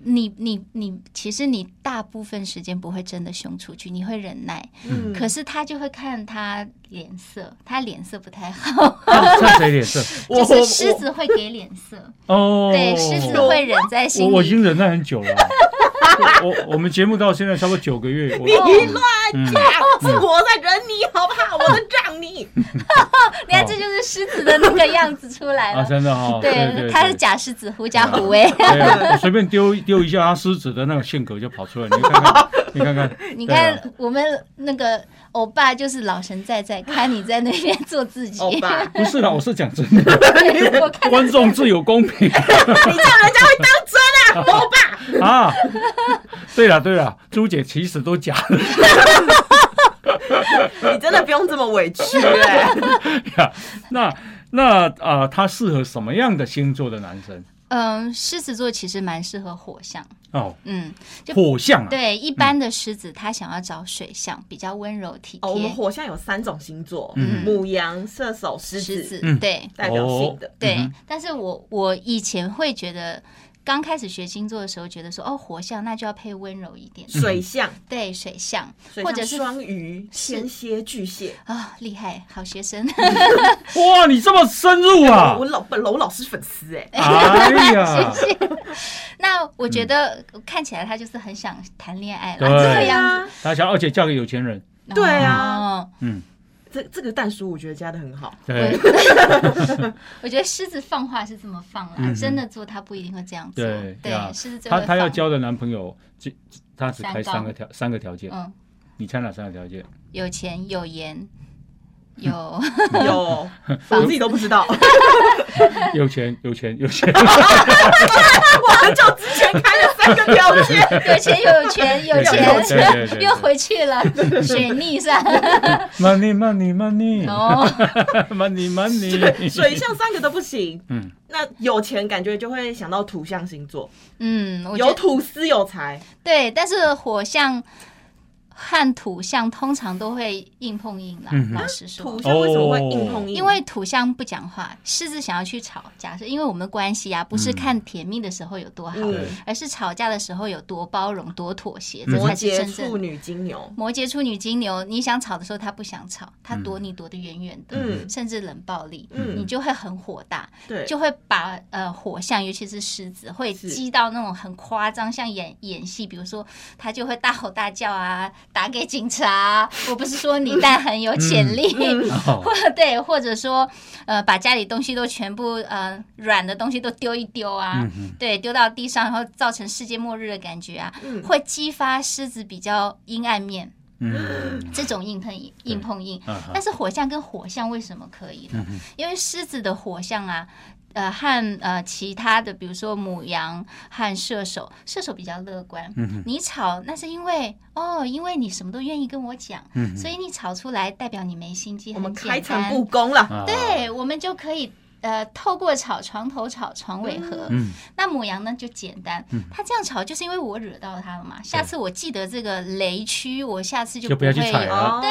[SPEAKER 1] 你你你，其实你大部分时间不会真的凶出去，你会忍耐。
[SPEAKER 3] 嗯，
[SPEAKER 1] 可是他就会看他脸色，他脸色不太好，
[SPEAKER 4] 看看谁脸色
[SPEAKER 3] 我
[SPEAKER 1] 就是狮子会给脸色，
[SPEAKER 4] 哦，
[SPEAKER 1] 对，狮子会忍在心
[SPEAKER 4] 我我已
[SPEAKER 1] 里。
[SPEAKER 4] 经忍耐很久了
[SPEAKER 3] [LAUGHS]
[SPEAKER 4] 啊。我我们节目到现在差不多九个月，我
[SPEAKER 3] 你
[SPEAKER 4] 嗯
[SPEAKER 3] 乱讲，是啊我在忍你，好不好？我在
[SPEAKER 1] [LAUGHS]
[SPEAKER 3] 仗你。
[SPEAKER 1] 你看，这就是狮子的那个样子出来
[SPEAKER 4] 啊，
[SPEAKER 1] 了。
[SPEAKER 4] 真的哈，对对，
[SPEAKER 1] 他是
[SPEAKER 4] 对。
[SPEAKER 1] 假狮子，狐假虎
[SPEAKER 4] [LAUGHS]
[SPEAKER 1] 威。
[SPEAKER 4] 对啊，我随便丢丢一下他狮子的那个性格就跑出来，你看
[SPEAKER 3] [LAUGHS]
[SPEAKER 4] 看，你看看，
[SPEAKER 1] 你
[SPEAKER 4] 对啊
[SPEAKER 1] 看我们那个欧巴，就是老神在在，看你在那边做自己。
[SPEAKER 3] 欧巴，
[SPEAKER 4] 不是啦，我是讲真的，
[SPEAKER 1] 我看
[SPEAKER 4] 观众自有公平
[SPEAKER 3] 你这样人家会当
[SPEAKER 4] [LAUGHS]
[SPEAKER 3] 真啊，欧巴。
[SPEAKER 4] 啊。对了对了，朱姐其实都假的
[SPEAKER 3] 你真的不用这么委屈哎、
[SPEAKER 4] 呀。那那啊，他适合什么样的星座的男生？
[SPEAKER 1] 嗯，狮子座其实蛮适合火象，
[SPEAKER 4] 哦，
[SPEAKER 1] 嗯，就
[SPEAKER 4] 火象啊，
[SPEAKER 1] 对，一般的狮子他想要找水象，比较温柔体
[SPEAKER 3] 哦，我们
[SPEAKER 1] 贴，
[SPEAKER 3] 火象有三种星座：
[SPEAKER 4] 嗯
[SPEAKER 3] 母羊、射手、狮
[SPEAKER 1] 狮
[SPEAKER 3] 子，
[SPEAKER 1] 子
[SPEAKER 4] 嗯，
[SPEAKER 1] 对
[SPEAKER 3] 代表性的。
[SPEAKER 1] 对。
[SPEAKER 4] 嗯哼
[SPEAKER 1] 但是我我以前会觉得。刚开始学星座的时候，觉得说哦，火象那就要配温柔一点，
[SPEAKER 3] 水象，
[SPEAKER 1] 对水象
[SPEAKER 3] 水
[SPEAKER 1] 或
[SPEAKER 3] 象
[SPEAKER 1] 者是
[SPEAKER 3] 双鱼、
[SPEAKER 1] 是
[SPEAKER 3] 天蝎、巨蟹。
[SPEAKER 1] 啊、厉害，好学
[SPEAKER 4] [LAUGHS]
[SPEAKER 1] 生，
[SPEAKER 4] 哇，你这么深入啊
[SPEAKER 3] 我！老本楼老师粉丝
[SPEAKER 1] [LAUGHS]
[SPEAKER 3] 哎、
[SPEAKER 4] 哎呀，
[SPEAKER 1] 谢
[SPEAKER 4] [LAUGHS]
[SPEAKER 1] 谢。那我觉得看起来他就是很想谈恋爱了，
[SPEAKER 4] 嗯对
[SPEAKER 1] 这个
[SPEAKER 3] 对
[SPEAKER 1] 样
[SPEAKER 3] 啊
[SPEAKER 1] 子。，
[SPEAKER 4] 他想，而且嫁给有钱人，
[SPEAKER 3] 对啊
[SPEAKER 1] 哦，
[SPEAKER 4] 嗯，
[SPEAKER 3] 这这个蛋叔我觉得加的很好。
[SPEAKER 4] [LAUGHS] 对
[SPEAKER 1] 我
[SPEAKER 4] [LAUGHS]
[SPEAKER 1] 觉得狮子放话是这么放啦，
[SPEAKER 4] 嗯
[SPEAKER 1] 真的做他不一定会这样做。
[SPEAKER 4] 对呀
[SPEAKER 1] 狮子最
[SPEAKER 4] 他
[SPEAKER 1] 会
[SPEAKER 4] 他要
[SPEAKER 1] 放
[SPEAKER 4] 交的男朋友，只他只
[SPEAKER 1] 三
[SPEAKER 4] 开
[SPEAKER 1] 高
[SPEAKER 4] 三个条三个条件，
[SPEAKER 1] 嗯，
[SPEAKER 4] 你猜哪三个条件？
[SPEAKER 1] 有钱有颜有
[SPEAKER 4] [LAUGHS]
[SPEAKER 3] 有，我自己都不知道。
[SPEAKER 1] [LAUGHS]
[SPEAKER 4] 有钱有钱有钱，
[SPEAKER 3] 我很久之前开了三个条件，
[SPEAKER 1] 有钱又有权有
[SPEAKER 4] 对对对对
[SPEAKER 1] 钱，
[SPEAKER 4] 对
[SPEAKER 1] 又回去了，水逆上
[SPEAKER 4] money money [LAUGHS] money
[SPEAKER 1] 哦，
[SPEAKER 4] money
[SPEAKER 1] [LAUGHS]
[SPEAKER 3] 水
[SPEAKER 4] money，
[SPEAKER 3] [LAUGHS] 水象三个都不行。
[SPEAKER 4] 嗯，
[SPEAKER 3] 那有钱感觉就会想到土象星座，
[SPEAKER 1] 嗯，我觉
[SPEAKER 3] 有
[SPEAKER 1] 得
[SPEAKER 3] 土司有财，
[SPEAKER 1] 对，但是火象。和土象通常都会硬碰硬啦，
[SPEAKER 4] 嗯哼
[SPEAKER 1] 老实说
[SPEAKER 3] 土，象为什么会硬碰硬？
[SPEAKER 1] 因为土象不讲话，狮子想要去吵。假设因为我们的关系啊，不是看甜蜜的时候有多好，
[SPEAKER 3] 嗯
[SPEAKER 4] 对
[SPEAKER 1] 而是吵架的时候有多包容、多妥协，这
[SPEAKER 3] 摩
[SPEAKER 1] 才是
[SPEAKER 3] 羯、
[SPEAKER 1] 真正
[SPEAKER 3] 处女、金牛，
[SPEAKER 1] 摩羯处女金牛，你想吵的时候他不想吵，他躲你躲得远远的，
[SPEAKER 3] 嗯
[SPEAKER 1] 甚至冷暴力，
[SPEAKER 3] 嗯
[SPEAKER 1] 你就会很火大，
[SPEAKER 3] 对，
[SPEAKER 1] 就会把呃火象，尤其是狮子，会
[SPEAKER 3] 是
[SPEAKER 1] 激到那种很夸张，像演演戏，比如说他就会大吼大叫啊，打给警察啊、我不是说你，但很有潜力。
[SPEAKER 3] 嗯
[SPEAKER 1] [LAUGHS]
[SPEAKER 4] 哦
[SPEAKER 1] 或对，或者说，呃，把家里东西都全部呃软的东西都丢一丢啊，
[SPEAKER 4] 嗯哼
[SPEAKER 1] 对，丢到地上，然后造成世界末日的感觉啊，
[SPEAKER 3] 嗯
[SPEAKER 1] 会激发狮子比较阴暗面，
[SPEAKER 4] 嗯
[SPEAKER 1] 这种硬碰硬硬碰硬。
[SPEAKER 4] 啊嗯哈
[SPEAKER 1] 但是火象跟火象为什么可以呢？因为狮子的火象啊，呃，和呃其他的，比如说母羊和射手，射手比较乐观。
[SPEAKER 4] 嗯
[SPEAKER 1] 你吵那是因为哦，因为你什么都愿意跟我讲，
[SPEAKER 4] 嗯
[SPEAKER 1] 所以你吵出来代表你没心机，
[SPEAKER 3] 我
[SPEAKER 1] 很
[SPEAKER 3] 们
[SPEAKER 1] 简
[SPEAKER 3] 开诚
[SPEAKER 1] 单
[SPEAKER 3] 布公了。
[SPEAKER 1] 哎
[SPEAKER 4] 哼，啊
[SPEAKER 1] 对，我们就可以呃，透过炒床头吵，床尾和。
[SPEAKER 4] 嗯，
[SPEAKER 1] 那母羊呢就简单
[SPEAKER 4] 嗯，
[SPEAKER 1] 它这样吵就是因为我惹到它了嘛。下次我记得这个雷区，我下次
[SPEAKER 4] 就
[SPEAKER 1] 就
[SPEAKER 4] 不
[SPEAKER 1] 不
[SPEAKER 4] 要
[SPEAKER 1] 会
[SPEAKER 4] 去踩了。啊
[SPEAKER 3] 哦
[SPEAKER 1] 对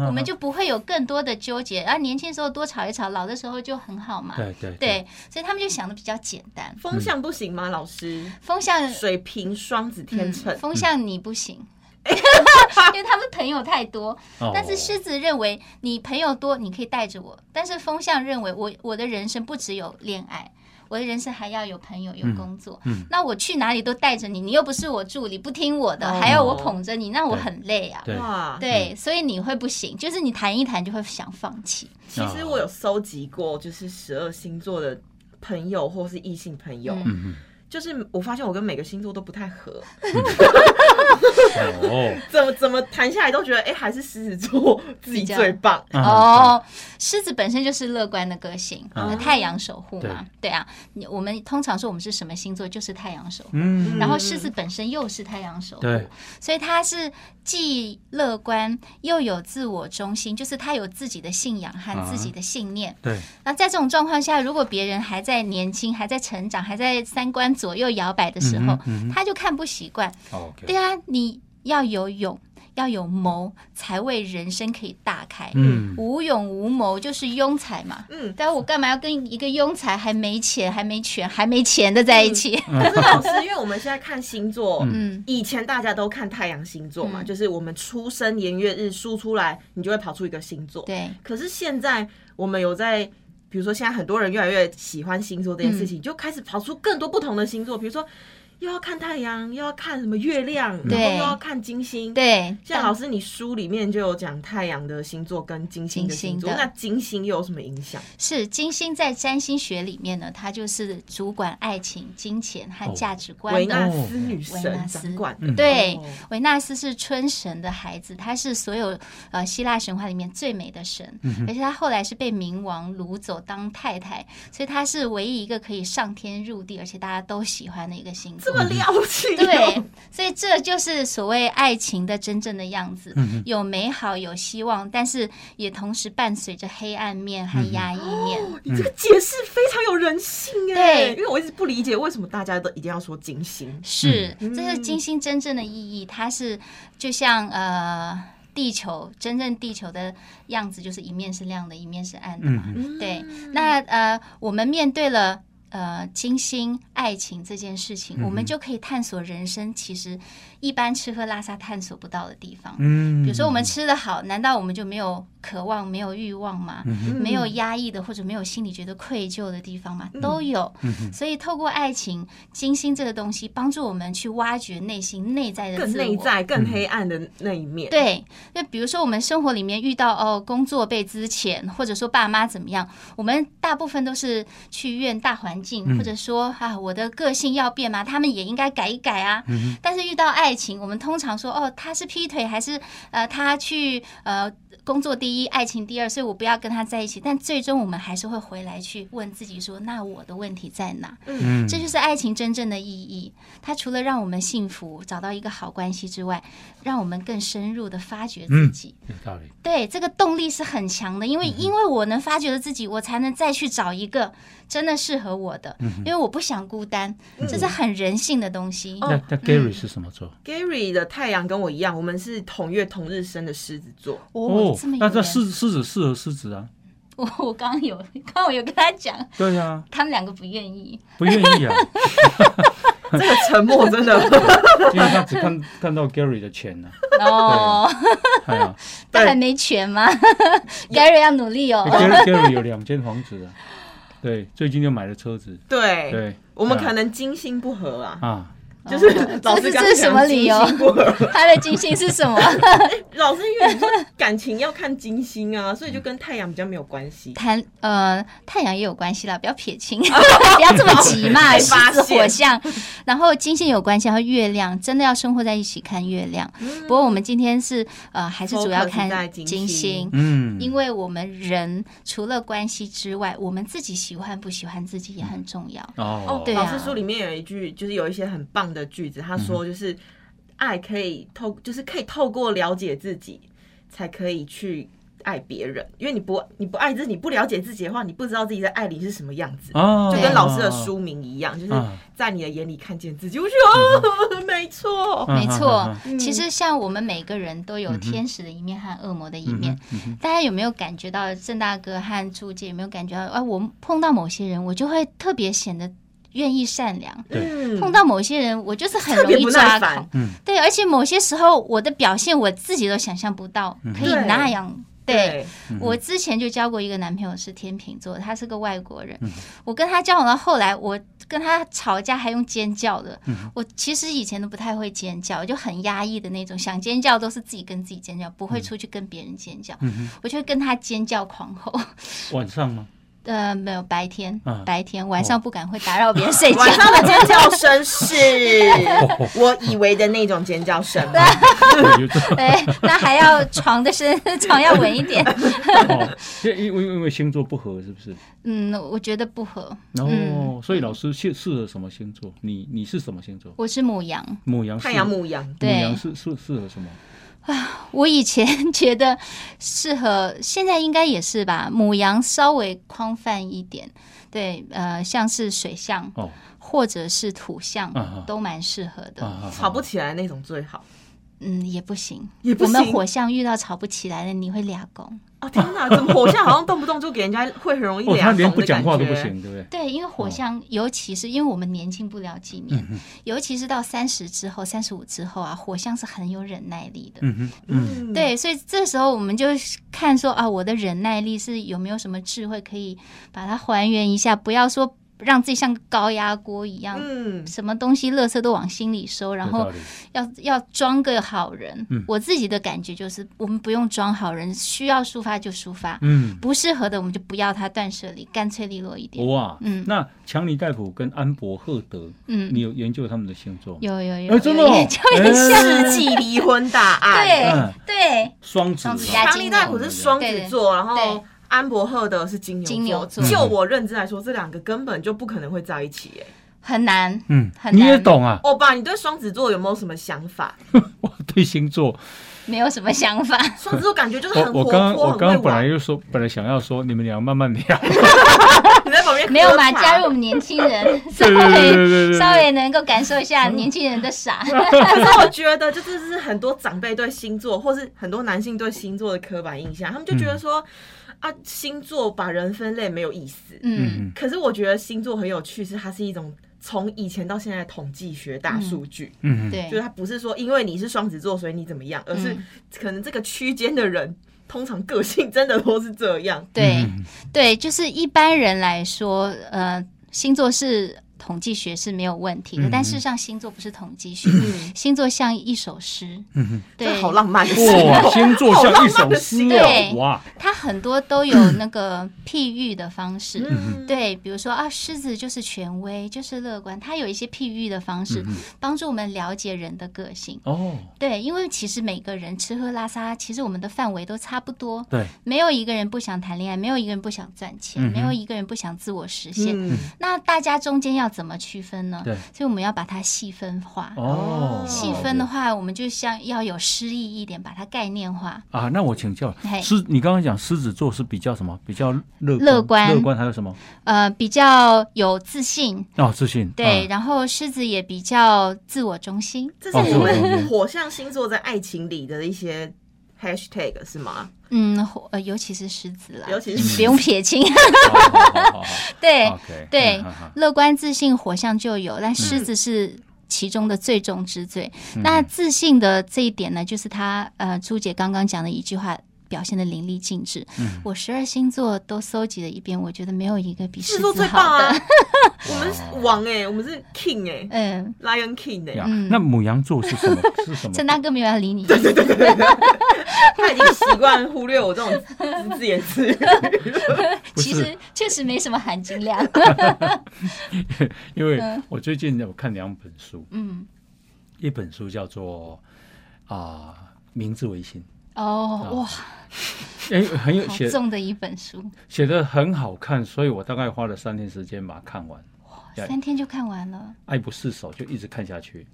[SPEAKER 4] 我
[SPEAKER 1] 我们就不会有更多的纠结。然后年轻的时候多吵一吵，老的时候就很好嘛。
[SPEAKER 4] 对对，
[SPEAKER 1] 对，所以他们就想的比较简
[SPEAKER 4] 嗯
[SPEAKER 1] 单。
[SPEAKER 3] 风向不行吗？老师，
[SPEAKER 1] 风向，
[SPEAKER 3] 水瓶、双子、天
[SPEAKER 1] 嗯，
[SPEAKER 3] 秤，
[SPEAKER 1] 风向你不行， [LAUGHS] 因为他们朋友太多。
[SPEAKER 4] 哦
[SPEAKER 1] 但是狮子认为你朋友多，你可以带着我；但是风向认为我我的人生不只有恋爱。我的人生还要有朋友，有
[SPEAKER 4] 嗯
[SPEAKER 1] 工作。
[SPEAKER 4] 嗯
[SPEAKER 1] 那我去哪里都带着你，你又不是我助理，不听我的，
[SPEAKER 3] 哦
[SPEAKER 1] 还要我捧着你，那我很累啊。
[SPEAKER 4] 对哦
[SPEAKER 3] 哇，
[SPEAKER 1] 对，所以你会不行，就是你谈一谈就会想放弃。
[SPEAKER 3] 其实我有搜集过，就是十二星座的朋友或是异性朋友，
[SPEAKER 1] 嗯
[SPEAKER 4] 嗯
[SPEAKER 3] 就是我发现我跟每个星座都不太合，
[SPEAKER 4] 嗯哦
[SPEAKER 1] [LAUGHS]
[SPEAKER 3] 怎么怎么谈下来都觉得，哎、还是狮子座自己
[SPEAKER 1] 比较
[SPEAKER 3] 最棒。
[SPEAKER 4] 啊
[SPEAKER 1] 哦，狮子本身就是乐观的个性，
[SPEAKER 4] 啊
[SPEAKER 1] 呃太阳守护嘛，对啊。你我们通常说我们是什么星座，就是太阳守护。
[SPEAKER 4] 嗯
[SPEAKER 1] 然后狮子本身又是太阳守护
[SPEAKER 4] 对，
[SPEAKER 1] 所以它是既乐观又有自我中心，就是它有自己的信仰和自己的信念。
[SPEAKER 4] 对
[SPEAKER 1] 那在这种状况下，如果别人还在年轻、还在成长、还在三观左右摇摆的时候，
[SPEAKER 4] 嗯哼嗯哼嗯哦
[SPEAKER 1] 他就看不习惯。
[SPEAKER 4] ，OK，
[SPEAKER 1] 对啊，你要有勇，要有谋，才为人生可以大开。
[SPEAKER 4] 嗯
[SPEAKER 1] 无勇无谋就是庸才嘛。
[SPEAKER 3] 嗯，
[SPEAKER 1] 但我干嘛要跟一个庸才还没钱、还没权、还没钱的在一起？
[SPEAKER 4] 嗯
[SPEAKER 3] 可是 [LAUGHS] 老师，因为我们现在看星座，
[SPEAKER 1] 嗯，
[SPEAKER 3] 以前大家都看太阳星座嘛，
[SPEAKER 1] 嗯
[SPEAKER 3] 就是我们出生年月日输出来，你就会跑出一个星座。
[SPEAKER 1] [LAUGHS] 对，
[SPEAKER 3] 可是现在我们有在，比如说现在很多人越来越喜欢星座这件
[SPEAKER 1] 嗯
[SPEAKER 3] 事情，就开始跑出更多不同的星座，比如说又要看太阳，又要看什么月亮，然
[SPEAKER 1] 对
[SPEAKER 3] 后又要看金星。
[SPEAKER 1] 对，
[SPEAKER 3] 像老师，你书里面就有讲太阳的星座跟金星的星
[SPEAKER 1] 金
[SPEAKER 3] 座，
[SPEAKER 1] 星的
[SPEAKER 3] 那金星又有什么影响？
[SPEAKER 1] 是金星在占星学里面呢，它就是主管爱情、金钱和价值
[SPEAKER 3] 维
[SPEAKER 1] 观的。
[SPEAKER 3] 纳斯女
[SPEAKER 1] 哦维
[SPEAKER 3] 神
[SPEAKER 1] 纳斯
[SPEAKER 3] 掌管的，
[SPEAKER 4] 嗯
[SPEAKER 1] 对
[SPEAKER 3] 哦，
[SPEAKER 1] 维纳斯是春神的孩子，她是所有呃希腊神话里面最美的神，
[SPEAKER 3] 嗯
[SPEAKER 1] 而且她后来是被冥王掳走当太太，所以她是唯一一个可以上天入地，而且大家都喜欢的一个星座
[SPEAKER 3] 这。么了不起哦，
[SPEAKER 1] 对，所以这就是所谓爱情的真正的样子
[SPEAKER 4] 嗯哼，
[SPEAKER 1] 有美好，有希望，但是也同时伴随着黑暗面
[SPEAKER 3] 嗯
[SPEAKER 1] 和压抑面。
[SPEAKER 4] 嗯
[SPEAKER 3] 你这个解释非常有人性哎、
[SPEAKER 1] 对
[SPEAKER 3] 因为我一直不理解为什么大家都一定要说金星。
[SPEAKER 1] 是，
[SPEAKER 3] 嗯
[SPEAKER 1] 这是金星真正的意义，它是就像呃地球真正地球的样子，就是一面是亮的，一面是暗的嘛。
[SPEAKER 4] 嗯
[SPEAKER 1] 对，那呃我们面对了。呃，金星、爱情这件事情，我们就可以探索人生其实一般吃喝拉撒探索不到的地方。
[SPEAKER 4] 嗯，
[SPEAKER 1] 比如说，我们吃的好，难道我们就没有渴望、没有欲望吗？
[SPEAKER 3] 嗯
[SPEAKER 1] 没有压抑的或者没有心里觉得愧疚的地方嘛，都有。所以透过爱情、金星这个东西，帮助我们去挖掘内心内在的
[SPEAKER 3] 嗯更
[SPEAKER 1] 自我。
[SPEAKER 3] 内在、更黑暗的那一面。，
[SPEAKER 1] 对，那比如说我们生活里面遇到哦，工作被资遣，或者说爸妈怎么样，我们大部分都是去怨大环境，
[SPEAKER 4] 嗯
[SPEAKER 1] 或者说啊我的个性要变嘛，他们也应该改一改啊。
[SPEAKER 4] 嗯
[SPEAKER 1] 但是遇到爱情，我们通常说哦，他是劈腿还是呃他去呃工作第一，爱情第二，所以我不要跟他在一起。但最终我们还是会回来去问自己说，那我的问题在哪？
[SPEAKER 4] 嗯，
[SPEAKER 1] 这就是爱情真正的意义。它除了让我们幸福，找到一个好关系之外，让我们更深入的发掘自己。
[SPEAKER 4] 有道理，
[SPEAKER 1] 对，这个动力是很强的，因
[SPEAKER 4] 嗯
[SPEAKER 1] 为因为我能发掘了自己，我才能再去找一个真的适合我的，
[SPEAKER 4] 嗯
[SPEAKER 1] 因为我不想孤单，这是很人性的东西。
[SPEAKER 4] 那那
[SPEAKER 1] 嗯
[SPEAKER 4] Gary 是什么座？
[SPEAKER 3] Gary 的太阳跟我一样，我们是同月同日生的狮子
[SPEAKER 1] [LAUGHS]
[SPEAKER 3] 座。
[SPEAKER 1] 哦，这么
[SPEAKER 4] 那
[SPEAKER 1] 有
[SPEAKER 4] 这
[SPEAKER 1] 缘。
[SPEAKER 4] 狮狮子适合狮子啊，
[SPEAKER 1] 我 [LAUGHS] 我刚刚有刚刚我有跟他讲，
[SPEAKER 4] 对呀，
[SPEAKER 1] 他们两个不愿
[SPEAKER 4] [LAUGHS]
[SPEAKER 1] 意。
[SPEAKER 4] 不愿
[SPEAKER 1] [LAUGHS]
[SPEAKER 4] 意啊，
[SPEAKER 3] 这个沉默真的，
[SPEAKER 4] 因为他只看看到 Gary 的钱
[SPEAKER 1] [LAUGHS]
[SPEAKER 4] 呢，
[SPEAKER 1] 哦，
[SPEAKER 4] 哎呀
[SPEAKER 1] 他还没全吗？Gary 要努力哦。
[SPEAKER 4] 哎，Gary Gary 有两间房子啊，对，最近就买了车子，
[SPEAKER 3] 对，
[SPEAKER 4] 对，
[SPEAKER 3] 哎我们可能金星不合啊，
[SPEAKER 4] 啊，
[SPEAKER 3] 就是
[SPEAKER 1] 哦
[SPEAKER 3] 老
[SPEAKER 1] 这
[SPEAKER 3] 师
[SPEAKER 1] 是
[SPEAKER 3] 刚
[SPEAKER 1] 这是什么
[SPEAKER 3] 讲
[SPEAKER 1] 理由
[SPEAKER 3] 金？星不合
[SPEAKER 1] 他的金星是什么？
[SPEAKER 3] 老师因为你说感情要看金星啊，所以就跟太阳比较没有关系。
[SPEAKER 1] 谈呃太阳也有关系啦，不要撇
[SPEAKER 3] [LAUGHS]
[SPEAKER 1] 清，不要这么急嘛，
[SPEAKER 3] 被
[SPEAKER 1] 狮
[SPEAKER 3] 发
[SPEAKER 1] 子
[SPEAKER 3] 现
[SPEAKER 1] 火象，然后金星有关系，还有月亮，真的要生活在一起看月亮。不过我们今天是呃还是主要
[SPEAKER 3] 嗯 Focus 在
[SPEAKER 1] 看
[SPEAKER 3] 金
[SPEAKER 1] 金
[SPEAKER 3] 星
[SPEAKER 1] 星。
[SPEAKER 4] 嗯，
[SPEAKER 1] 因为我们人除了关系之外，我们自己喜欢不喜欢自己也很重要。
[SPEAKER 4] 哦
[SPEAKER 3] 哦，，
[SPEAKER 1] 对啊
[SPEAKER 3] 老师书里面有一句，就是有一些很棒的句子，他
[SPEAKER 1] 嗯
[SPEAKER 3] 说就是爱可以透，就是可以透过了解自己，才可以去爱别人，因为你不你不爱自己，你不了解自己的话，你不知道自己在爱里是什么样子。
[SPEAKER 1] 哦
[SPEAKER 4] 啊，
[SPEAKER 3] 就跟老师的书名一样，就是
[SPEAKER 1] 嗯
[SPEAKER 4] 啊
[SPEAKER 3] 在你的眼里看见自己。我觉得，哦，没错，
[SPEAKER 4] 嗯，
[SPEAKER 1] 没错
[SPEAKER 4] 嗯，
[SPEAKER 1] 其实像我们每个人都有天使的一面和恶魔的一
[SPEAKER 4] 嗯
[SPEAKER 1] 面
[SPEAKER 4] 哼。嗯哼
[SPEAKER 1] 大家有没有感觉到郑大哥和朱姐有没有感觉到？啊，我碰到某些人，我就会特别显得愿意善良；
[SPEAKER 4] 对
[SPEAKER 3] 嗯
[SPEAKER 1] 碰到某些人，我就是很
[SPEAKER 3] 特
[SPEAKER 1] 容
[SPEAKER 3] 别
[SPEAKER 1] 易
[SPEAKER 3] 不耐
[SPEAKER 1] 抓
[SPEAKER 3] 烦
[SPEAKER 1] 狂。
[SPEAKER 4] 嗯
[SPEAKER 1] 对，而且某些时候我的表现我自己都想象不到，可以
[SPEAKER 3] 嗯对
[SPEAKER 1] 那样。对，
[SPEAKER 4] 嗯
[SPEAKER 1] 我之前就交过一个男朋友是天秤座，他是个外国人。
[SPEAKER 3] 嗯
[SPEAKER 1] 我跟他交往到后来，我跟他吵架还用尖叫的。
[SPEAKER 3] 嗯
[SPEAKER 1] 我其实以前都不太会尖叫，就很压抑的那种，想尖叫都是自己跟自己尖叫，
[SPEAKER 3] 嗯
[SPEAKER 1] 不会出去跟别人尖叫。
[SPEAKER 4] 嗯
[SPEAKER 1] 我就会跟他尖叫狂吼。 [LAUGHS]
[SPEAKER 4] 哼，晚上吗？
[SPEAKER 1] 呃，没有白天，
[SPEAKER 4] 啊
[SPEAKER 1] 白天晚上不敢会打扰别人睡觉。
[SPEAKER 3] 晚 [LAUGHS] 上的尖叫
[SPEAKER 1] [LAUGHS]
[SPEAKER 3] 声是我以为的那种尖叫声吗，
[SPEAKER 4] 我就知道
[SPEAKER 1] 对，那还要床的身 [LAUGHS] 床要稳一点。
[SPEAKER 4] 哦， [LAUGHS] 因为因为因为星座不合是不是？
[SPEAKER 1] 嗯，我觉得不合。
[SPEAKER 4] 然后
[SPEAKER 1] 嗯
[SPEAKER 4] 所以老师适适合什么星座？你你是什么星座？
[SPEAKER 1] 我是母羊。
[SPEAKER 4] 母羊适合。
[SPEAKER 3] 太阳
[SPEAKER 4] 母
[SPEAKER 3] 母羊。
[SPEAKER 4] 羊
[SPEAKER 1] 对
[SPEAKER 4] 是是适合什么？
[SPEAKER 1] 我以前觉得适合，现在应该也是吧。母羊稍微宽泛一点，对，呃，像是水象
[SPEAKER 4] 哦
[SPEAKER 1] 或者是土象
[SPEAKER 4] 啊哈，
[SPEAKER 1] 都蛮适合的。
[SPEAKER 4] 啊，
[SPEAKER 3] 吵不起来那种最好。
[SPEAKER 1] 嗯，也不行，
[SPEAKER 3] 也不
[SPEAKER 1] 我们
[SPEAKER 3] 行
[SPEAKER 1] 火象遇到吵不起来的，你会俩拱。
[SPEAKER 3] 哦天哪，怎么火象好像动不动就给人家会很容易
[SPEAKER 4] [LAUGHS] 哦，他
[SPEAKER 3] 两
[SPEAKER 4] 连
[SPEAKER 3] 种
[SPEAKER 4] 不
[SPEAKER 3] 的
[SPEAKER 4] 讲
[SPEAKER 3] 感
[SPEAKER 4] 话都不
[SPEAKER 3] 觉。
[SPEAKER 4] 行，对不对？
[SPEAKER 1] 对，因为
[SPEAKER 4] 哦
[SPEAKER 1] 火象，尤其是因为我们年轻不了几
[SPEAKER 4] 嗯
[SPEAKER 1] 年，尤其是到三十之后、三十五之后啊，火象是很有忍耐力的。
[SPEAKER 4] 嗯哼，嗯，
[SPEAKER 3] 嗯，
[SPEAKER 1] 对，所以这时候我们就看说啊，我的忍耐力是有没有什么智慧可以把它还原一下，不要说让自己像高压锅一样，
[SPEAKER 3] 嗯，
[SPEAKER 1] 什么东西垃圾都往心里收，然
[SPEAKER 4] 有
[SPEAKER 1] 后
[SPEAKER 4] 道理
[SPEAKER 1] 要要装个好人。
[SPEAKER 4] 嗯
[SPEAKER 1] 我自己的感觉就是，我们不用装好人，需要抒发就抒发，
[SPEAKER 4] 嗯，
[SPEAKER 1] 不适合的我们就不要它断舍离，干脆利落一点。
[SPEAKER 4] 哇，
[SPEAKER 1] 嗯
[SPEAKER 4] 那强尼戴普跟安博赫德，
[SPEAKER 1] 嗯，
[SPEAKER 4] 你有研究他们的星座吗？
[SPEAKER 1] 有有有，
[SPEAKER 4] 哎真的
[SPEAKER 1] 有
[SPEAKER 4] 哦
[SPEAKER 1] 研究一下，
[SPEAKER 3] 世纪离婚大案。
[SPEAKER 1] 对
[SPEAKER 4] 嗯
[SPEAKER 1] 对，
[SPEAKER 4] 双子啊，
[SPEAKER 1] 双子加
[SPEAKER 3] 强力戴普是双子座，然后
[SPEAKER 1] 对
[SPEAKER 3] 安伯赫德是金牛
[SPEAKER 1] 金牛座
[SPEAKER 3] 就我认知来说，这两个根本就不可能会在一起。哎，
[SPEAKER 1] 很难。
[SPEAKER 4] 嗯，
[SPEAKER 1] 很
[SPEAKER 4] 你也
[SPEAKER 1] 难
[SPEAKER 4] 懂啊？
[SPEAKER 3] 欧巴，你对双子座有没有什么想法？
[SPEAKER 4] 我对星座，
[SPEAKER 1] 没有什么想法，
[SPEAKER 3] 双子座感觉就是
[SPEAKER 4] 我
[SPEAKER 3] 很
[SPEAKER 4] [LAUGHS]
[SPEAKER 3] 活
[SPEAKER 4] 我刚
[SPEAKER 3] 泼，
[SPEAKER 4] 我
[SPEAKER 3] 很
[SPEAKER 4] 刚
[SPEAKER 3] 会
[SPEAKER 4] 刚本来
[SPEAKER 3] 玩。
[SPEAKER 4] 就说，本来想要说你们俩慢慢聊，
[SPEAKER 3] [LAUGHS] 你在旁边
[SPEAKER 1] 没有嘛？
[SPEAKER 3] 喝茶
[SPEAKER 1] 加入我们年轻人，稍
[SPEAKER 4] [LAUGHS] 对对对
[SPEAKER 1] 微
[SPEAKER 4] 对对对，
[SPEAKER 1] 稍微能够感受一下年轻人的傻。
[SPEAKER 3] 可是我觉得，就是是很多长辈对星座，或是很多男性对星座的刻板印象，他们就觉得说，
[SPEAKER 4] 嗯
[SPEAKER 3] 啊，星座把人分类没有意思。
[SPEAKER 1] 嗯，
[SPEAKER 4] 嗯
[SPEAKER 3] 可是我觉得星座很有趣，是它是一种从以前到现在的统计学大数据，
[SPEAKER 4] 嗯，嗯，
[SPEAKER 1] 对
[SPEAKER 3] 就是它不是说因为你是双子座所以你怎么样，而是
[SPEAKER 1] 嗯
[SPEAKER 3] 可能这个区间的人通常个性真的都是这样。
[SPEAKER 1] 对
[SPEAKER 4] 嗯
[SPEAKER 1] 对，就是一般人来说，呃，星座是统计学是没有问题的，
[SPEAKER 4] 嗯
[SPEAKER 1] 但事实上星座不是统计学，
[SPEAKER 3] 嗯，
[SPEAKER 1] 星座像一首诗，
[SPEAKER 4] 嗯嗯
[SPEAKER 1] 对
[SPEAKER 3] 这，好浪漫的星
[SPEAKER 4] 哇，
[SPEAKER 3] 座，
[SPEAKER 4] 星座
[SPEAKER 3] 好
[SPEAKER 4] 像
[SPEAKER 3] 浪
[SPEAKER 4] 一
[SPEAKER 3] 漫
[SPEAKER 4] 首
[SPEAKER 3] 的
[SPEAKER 4] 诗
[SPEAKER 3] 星
[SPEAKER 1] 座
[SPEAKER 4] 哦，
[SPEAKER 1] [LAUGHS] 对
[SPEAKER 4] 哇，
[SPEAKER 1] 它很多都有那个譬喻的方式。
[SPEAKER 3] 嗯，
[SPEAKER 1] 对，比如说啊，狮子就是权威，就是乐观，它有一些譬喻的方式，
[SPEAKER 4] 嗯
[SPEAKER 1] 帮助我们了解人的个性。
[SPEAKER 4] 哦，
[SPEAKER 1] 对，因为其实每个人吃喝拉撒，其实我们的范围都差不多，
[SPEAKER 4] 对，
[SPEAKER 1] 没有一个人不想谈恋爱，没有一个人不想赚钱，
[SPEAKER 4] 嗯哼
[SPEAKER 1] 没有一个人不想自我实现。
[SPEAKER 3] 嗯，
[SPEAKER 1] 那大家中间要怎么区分呢？
[SPEAKER 4] 对
[SPEAKER 1] 所以我们要把它细分化。
[SPEAKER 4] 哦，
[SPEAKER 1] 细分的话，我们就像要有诗意一点，把它概念化。
[SPEAKER 4] 啊，那我请教
[SPEAKER 1] 嘿
[SPEAKER 4] 狮，你刚刚讲狮子座是比较什么？比较乐
[SPEAKER 1] 乐观
[SPEAKER 4] 乐观还有什么？
[SPEAKER 1] 呃，比较有自信，
[SPEAKER 4] 哦，自信，
[SPEAKER 1] 对，
[SPEAKER 4] 啊，
[SPEAKER 1] 然后狮子也比较自我中心。
[SPEAKER 3] 这
[SPEAKER 4] 哦
[SPEAKER 3] 是你们火象星座在爱情里的一些 hashtag 是吗？
[SPEAKER 1] 嗯，或呃，尤其是狮子啦，嗯
[SPEAKER 3] 尤其是
[SPEAKER 1] 不用撇
[SPEAKER 3] [LAUGHS]
[SPEAKER 1] 清。 [LAUGHS]
[SPEAKER 4] 好好好好好嗯
[SPEAKER 1] 对，
[SPEAKER 4] ，OK，
[SPEAKER 1] 对
[SPEAKER 4] 嗯好好
[SPEAKER 1] 乐观自信火象就有，但狮子是其中的最重之最。
[SPEAKER 4] 嗯
[SPEAKER 1] 那自信的这一点呢，就是他呃朱姐刚刚讲的一句话。表现的淋漓尽致，
[SPEAKER 4] 嗯
[SPEAKER 1] 我十二星座都搜集了一遍，我觉得没有一个比狮
[SPEAKER 3] 狮子座
[SPEAKER 1] 子
[SPEAKER 3] 最棒
[SPEAKER 1] 好的。
[SPEAKER 3] 啊！
[SPEAKER 4] [LAUGHS]
[SPEAKER 3] 我们是王哎、我们是 king 哎、
[SPEAKER 1] 嗯，
[SPEAKER 3] l i o n king 哎、
[SPEAKER 4] 呀
[SPEAKER 1] 嗯
[SPEAKER 4] 那母羊座是什
[SPEAKER 1] [LAUGHS]
[SPEAKER 4] 么？是什么？
[SPEAKER 1] 郑大哥没有要理
[SPEAKER 3] [LAUGHS]
[SPEAKER 1] 你，
[SPEAKER 3] 他已经习惯忽略我这种自自言自语。
[SPEAKER 4] 不
[SPEAKER 1] 其
[SPEAKER 4] 是
[SPEAKER 1] 实确实没什么含金
[SPEAKER 4] [LAUGHS]
[SPEAKER 1] 量。
[SPEAKER 4] 因为我最近有看两本书，
[SPEAKER 1] 嗯，
[SPEAKER 4] 一本书叫做啊。明治维新，
[SPEAKER 1] 哦，哇，
[SPEAKER 4] 哎，很有
[SPEAKER 1] 好
[SPEAKER 4] 写
[SPEAKER 1] 重的一本书，
[SPEAKER 4] 写的很好看，所以我大概花了三天时间把它看完。对
[SPEAKER 1] 三天就看完了。
[SPEAKER 4] 爱不释手，就一直看下去。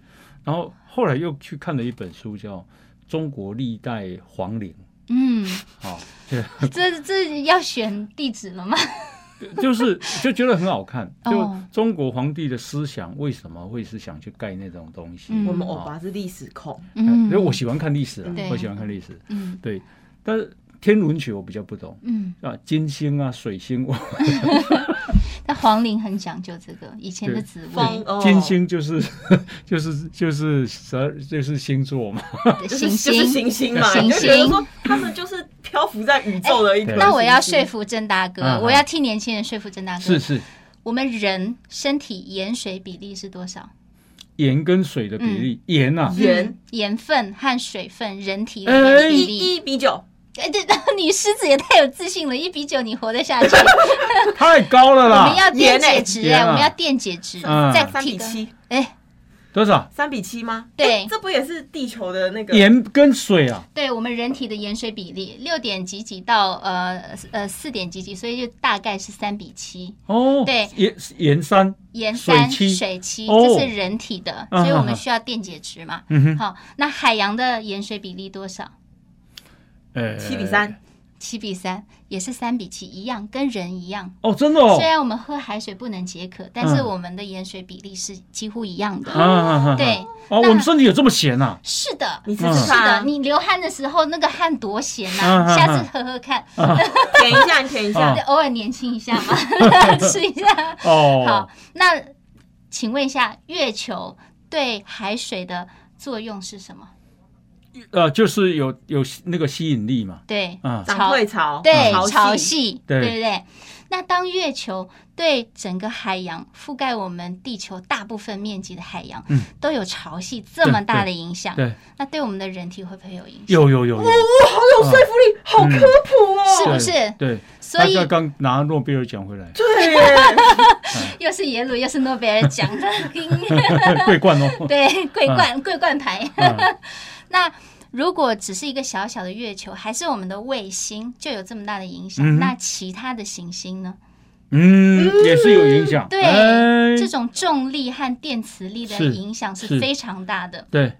[SPEAKER 4] 然后后来又去看了一本书，叫《中国历代皇陵》，啊
[SPEAKER 1] 嗯，
[SPEAKER 4] 好、对，
[SPEAKER 1] 这这要选地址了
[SPEAKER 3] [LAUGHS]
[SPEAKER 1] 吗？
[SPEAKER 4] 就是就觉得很好看。就
[SPEAKER 1] 哦
[SPEAKER 4] 中国皇帝的思想为什么会是想去盖那种东西？啊哎
[SPEAKER 1] 嗯
[SPEAKER 3] 我们欧巴是历史控，
[SPEAKER 1] 嗯，
[SPEAKER 4] 因为我喜欢看历史啊
[SPEAKER 1] 对，
[SPEAKER 4] 我喜欢看历史。
[SPEAKER 1] 嗯
[SPEAKER 4] 对，但是天文学我比较不懂
[SPEAKER 1] 嗯，
[SPEAKER 4] 啊，金星啊、水星，我
[SPEAKER 1] 那黄陵很讲究这个以前的
[SPEAKER 4] 对
[SPEAKER 1] 紫
[SPEAKER 3] 风
[SPEAKER 1] 薇
[SPEAKER 3] 哦，
[SPEAKER 4] 金星就是 [LAUGHS] 就是就是十二就是星座嘛。
[SPEAKER 1] 的
[SPEAKER 3] 就是
[SPEAKER 1] 行
[SPEAKER 3] 就
[SPEAKER 1] 星。
[SPEAKER 3] 是行星嘛，
[SPEAKER 1] 行
[SPEAKER 3] 你就觉得
[SPEAKER 1] 星
[SPEAKER 3] 说他们就是漂浮在宇宙的一颗
[SPEAKER 4] 哎
[SPEAKER 3] 行星。
[SPEAKER 1] 那我要说服郑大哥，
[SPEAKER 4] 嗯嗯
[SPEAKER 1] 我要替年轻人说服郑大哥
[SPEAKER 4] [LAUGHS] 是，是，
[SPEAKER 1] 我们人身体盐水比例是多少？
[SPEAKER 4] 盐跟水的比例，盐啊，
[SPEAKER 3] 盐
[SPEAKER 1] 嗯盐分和水分，人体里面
[SPEAKER 4] 哎
[SPEAKER 1] 的比例。
[SPEAKER 3] 一一比九，
[SPEAKER 1] 哎，对， [LAUGHS] 你狮子也太有自信了，一比九你活得
[SPEAKER 4] [LAUGHS]
[SPEAKER 1] 下去。
[SPEAKER 4] 太高了
[SPEAKER 1] 我
[SPEAKER 4] 啦
[SPEAKER 1] 们。要电
[SPEAKER 3] 盐
[SPEAKER 1] 解
[SPEAKER 3] 欸
[SPEAKER 1] 质
[SPEAKER 4] 盐
[SPEAKER 1] 哎，
[SPEAKER 4] 啊
[SPEAKER 1] 我们要电解质，
[SPEAKER 4] 嗯
[SPEAKER 1] 再
[SPEAKER 3] 三
[SPEAKER 1] 提
[SPEAKER 3] 比
[SPEAKER 1] 高。
[SPEAKER 3] 七，
[SPEAKER 1] 哎，
[SPEAKER 4] 多少？
[SPEAKER 3] 三比七吗？
[SPEAKER 1] 对
[SPEAKER 3] 这不也是地球的那个？
[SPEAKER 4] 盐跟水啊，
[SPEAKER 1] 对我们人体的盐水比例六点几几到呃呃四点几几，所以就大概是三比七。
[SPEAKER 4] 哦，
[SPEAKER 1] 对
[SPEAKER 4] 盐盐山，
[SPEAKER 1] 盐三
[SPEAKER 4] 水七
[SPEAKER 1] 水七，
[SPEAKER 4] 哦
[SPEAKER 1] 这是人体的，
[SPEAKER 4] 嗯
[SPEAKER 1] 所以我
[SPEAKER 4] 嗯
[SPEAKER 1] 们
[SPEAKER 4] 嗯
[SPEAKER 1] 需要电解质嘛。
[SPEAKER 4] 嗯哼，
[SPEAKER 1] 好，那海洋的盐水比例多少？
[SPEAKER 4] 呃
[SPEAKER 3] 七比三，
[SPEAKER 1] 七比三，也是三比七，一样，跟人一样。
[SPEAKER 4] 哦，真的哦
[SPEAKER 1] 虽，然我们喝海水不能解渴，但是
[SPEAKER 4] 嗯
[SPEAKER 1] 我们的盐水比例是几乎一样的。
[SPEAKER 4] 啊啊，啊，
[SPEAKER 1] 对，
[SPEAKER 4] 哦，我
[SPEAKER 1] 那
[SPEAKER 4] 们身体有这么咸啊？
[SPEAKER 1] 是的。
[SPEAKER 3] 你吃
[SPEAKER 4] 嗯
[SPEAKER 3] 吃
[SPEAKER 1] 是
[SPEAKER 3] 看
[SPEAKER 1] 的，
[SPEAKER 3] 啊，
[SPEAKER 1] 你流汗的时候那个汗多咸
[SPEAKER 4] 嗯嗯
[SPEAKER 1] 呐、
[SPEAKER 4] 嗯
[SPEAKER 1] 下次喝喝看，
[SPEAKER 3] 舔一下，你舔一
[SPEAKER 1] [LAUGHS]
[SPEAKER 4] 啊
[SPEAKER 3] 下。
[SPEAKER 1] 对偶尔年轻一下
[SPEAKER 4] [LAUGHS]
[SPEAKER 1] 嘛， [LAUGHS] 吃一下。
[SPEAKER 4] 哦
[SPEAKER 1] 好，，那请问一下，月球对海水的作用是什么？
[SPEAKER 4] 呃，就是有有那个吸引力嘛，
[SPEAKER 1] 对，
[SPEAKER 4] 啊，
[SPEAKER 3] 涨退潮，
[SPEAKER 1] 对，潮
[SPEAKER 3] 潮汐，
[SPEAKER 1] 汐，
[SPEAKER 4] 嗯对
[SPEAKER 1] 对不对？那当月球对整个海洋覆盖我们地球大部分面积的海洋，
[SPEAKER 4] 嗯
[SPEAKER 1] 都有潮汐这哦么大的影响，
[SPEAKER 4] 对，
[SPEAKER 1] 那对我们的人体会不会有影响？
[SPEAKER 4] 有有有有，嗯
[SPEAKER 3] 好有说服力，好科普
[SPEAKER 1] 是
[SPEAKER 3] 哦。，
[SPEAKER 1] 不是？
[SPEAKER 4] 对，
[SPEAKER 1] 所以
[SPEAKER 4] 他刚拿诺贝尔奖回来 [LAUGHS]
[SPEAKER 3] 对耶，
[SPEAKER 1] [LAUGHS] 又是耶鲁，又是诺贝尔奖的
[SPEAKER 4] 桂冠 [LAUGHS] 哦，
[SPEAKER 1] 对桂冠桂冠牌。
[SPEAKER 4] 嗯
[SPEAKER 1] [LAUGHS] 那如果只是一个小小的月球，还是我们的卫星，就有这么大的影响。
[SPEAKER 4] 嗯哼
[SPEAKER 1] 那其他的行星呢？
[SPEAKER 4] 嗯，也是有影响，
[SPEAKER 1] 对，
[SPEAKER 4] 哎
[SPEAKER 1] 这种重力和电磁力的
[SPEAKER 4] 是
[SPEAKER 1] 影响是
[SPEAKER 4] 是
[SPEAKER 1] 非常大的。
[SPEAKER 4] 对，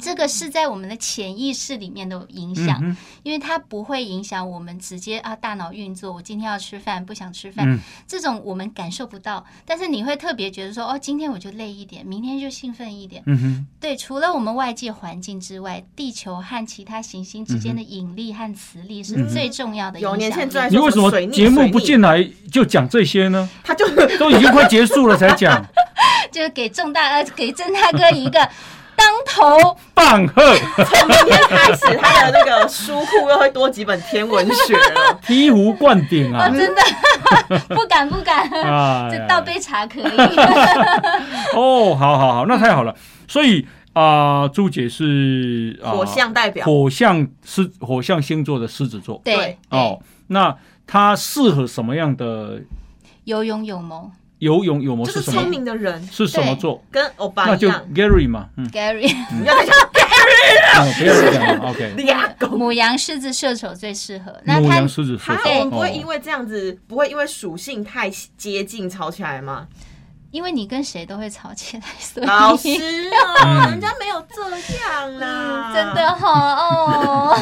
[SPEAKER 1] 这个是在我们的潜意识里面的影
[SPEAKER 4] 嗯
[SPEAKER 1] 响，
[SPEAKER 4] 哼
[SPEAKER 1] 因为它不会影响我们直接啊大脑运作。我今天要吃饭，不想吃饭，
[SPEAKER 4] 嗯
[SPEAKER 1] 这种我们感受不到。但是你会特别觉得说，哦，今天我就累一点，明天就兴奋一点。
[SPEAKER 4] 嗯哼，
[SPEAKER 1] 对，除了我们外界环境之外，地球和其他行星之
[SPEAKER 4] 嗯
[SPEAKER 1] 间的引力和磁力是最重要的影响
[SPEAKER 3] 有
[SPEAKER 1] 力。
[SPEAKER 3] 年轻人最爱
[SPEAKER 4] 你
[SPEAKER 3] 说
[SPEAKER 4] 为
[SPEAKER 3] 什
[SPEAKER 4] 什
[SPEAKER 3] 么
[SPEAKER 4] 么
[SPEAKER 3] 水逆
[SPEAKER 4] 节目
[SPEAKER 3] 水
[SPEAKER 4] 不
[SPEAKER 3] 逆
[SPEAKER 4] 进来就讲这些呢？
[SPEAKER 3] 他就
[SPEAKER 4] 都已经快结束了才讲，
[SPEAKER 1] [LAUGHS] 就是给郑大呃给郑大哥一个当头。
[SPEAKER 4] 棒喝，
[SPEAKER 3] 从明天开始，他的那个书库又会多几本天文学
[SPEAKER 4] [LAUGHS]
[SPEAKER 3] 了。
[SPEAKER 4] 醍醐灌顶 [LAUGHS] 啊！
[SPEAKER 1] 真的不敢不敢，
[SPEAKER 4] 哎
[SPEAKER 1] 哦 [LAUGHS] 这倒杯茶可以。
[SPEAKER 4] 哦，好好好，那太好了。所以啊、朱姐是、啊
[SPEAKER 3] 火象代表，
[SPEAKER 4] 火象狮火象星座的狮子座
[SPEAKER 1] 对
[SPEAKER 3] 对
[SPEAKER 1] 哦，
[SPEAKER 4] 哦，那它适合什么样的
[SPEAKER 1] 有勇有谋
[SPEAKER 4] 游泳？有没有
[SPEAKER 3] 就是是
[SPEAKER 4] 什
[SPEAKER 3] 聪
[SPEAKER 4] 么？
[SPEAKER 3] 明的人，
[SPEAKER 4] 是什么座？
[SPEAKER 3] 跟欧巴
[SPEAKER 4] 那
[SPEAKER 3] 一
[SPEAKER 4] 就
[SPEAKER 3] 样。
[SPEAKER 4] Gary 嘛，嗯，
[SPEAKER 1] ，Gary
[SPEAKER 3] 你要再讲
[SPEAKER 4] 哦不要讲
[SPEAKER 3] [LAUGHS]
[SPEAKER 4] 了，OK。
[SPEAKER 3] 你阿狗。
[SPEAKER 1] 母羊、狮子、射手最适合。那
[SPEAKER 4] 母
[SPEAKER 1] 他
[SPEAKER 4] 羊、狮子、
[SPEAKER 3] 还
[SPEAKER 4] 射
[SPEAKER 3] 好
[SPEAKER 4] 手，
[SPEAKER 3] 我们不
[SPEAKER 1] 哦
[SPEAKER 3] 会因
[SPEAKER 4] 为
[SPEAKER 3] 为这样子，不会因为属性太接近吵起
[SPEAKER 1] [LAUGHS]
[SPEAKER 3] 来吗？
[SPEAKER 1] 因为你跟谁都会吵起来，所以
[SPEAKER 3] 老师啊，
[SPEAKER 4] 嗯
[SPEAKER 3] 人家没有这样啊啦，
[SPEAKER 1] 嗯真的好哦。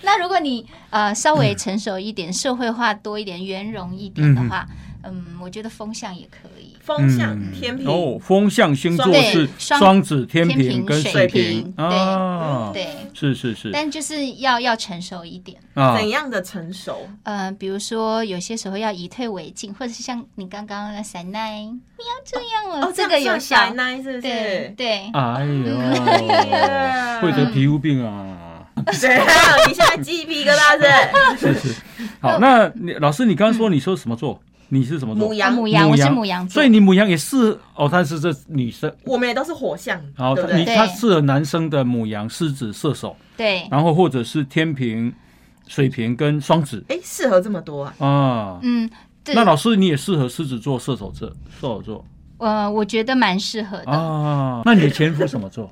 [SPEAKER 1] 那如果你呃稍微成熟一点、社会化多一点、圆融一点的话，嗯，我觉得风向也可以。
[SPEAKER 3] 风向天平，
[SPEAKER 4] 嗯哦，风象星座
[SPEAKER 1] 对
[SPEAKER 4] 是
[SPEAKER 1] 双
[SPEAKER 4] 双子、天
[SPEAKER 1] 天
[SPEAKER 4] 平
[SPEAKER 1] 平
[SPEAKER 4] 跟
[SPEAKER 1] 水
[SPEAKER 4] 水
[SPEAKER 1] 瓶
[SPEAKER 4] 瓶啊，
[SPEAKER 3] 嗯
[SPEAKER 1] 对，
[SPEAKER 4] 是是是
[SPEAKER 1] 但就是要要成熟一点。
[SPEAKER 4] 啊，
[SPEAKER 3] 怎样的成熟？
[SPEAKER 1] 呃，比如说有些时候要以退为进，或者是像你刚刚的闪奈，不要这样了，
[SPEAKER 3] 哦，
[SPEAKER 1] 这个有效
[SPEAKER 3] 奶。奶是
[SPEAKER 1] 对
[SPEAKER 3] 不是？
[SPEAKER 1] 对，
[SPEAKER 4] 哎
[SPEAKER 3] [LAUGHS] 呀
[SPEAKER 4] 呦， [LAUGHS] 会得皮肤病啊！
[SPEAKER 3] 怎样？你现在鸡皮疙瘩是？
[SPEAKER 1] [LAUGHS]
[SPEAKER 4] 是是。
[SPEAKER 3] [LAUGHS]
[SPEAKER 4] 好，那你老师，你刚刚说你说什么座？你是什么
[SPEAKER 3] 母
[SPEAKER 4] 座？
[SPEAKER 1] 啊
[SPEAKER 3] 羊，
[SPEAKER 1] 母羊，我是
[SPEAKER 4] 羊
[SPEAKER 1] 母羊座
[SPEAKER 4] 所以，你母羊也是哦，她是这女生。
[SPEAKER 3] 我们也都是火象，
[SPEAKER 4] 好，
[SPEAKER 3] 对不
[SPEAKER 4] 你
[SPEAKER 3] 对？
[SPEAKER 4] 她适合男生的母羊、狮子、射手，
[SPEAKER 1] 对，
[SPEAKER 4] 然后或者是天平、水瓶跟双子
[SPEAKER 3] 哎，适合这么多啊？
[SPEAKER 4] 啊。
[SPEAKER 1] 嗯，对，
[SPEAKER 4] 那老师，你也适合狮子座、射手座、射手座
[SPEAKER 1] 呃，我觉得蛮适合的，
[SPEAKER 4] 啊。那你的前夫什么座？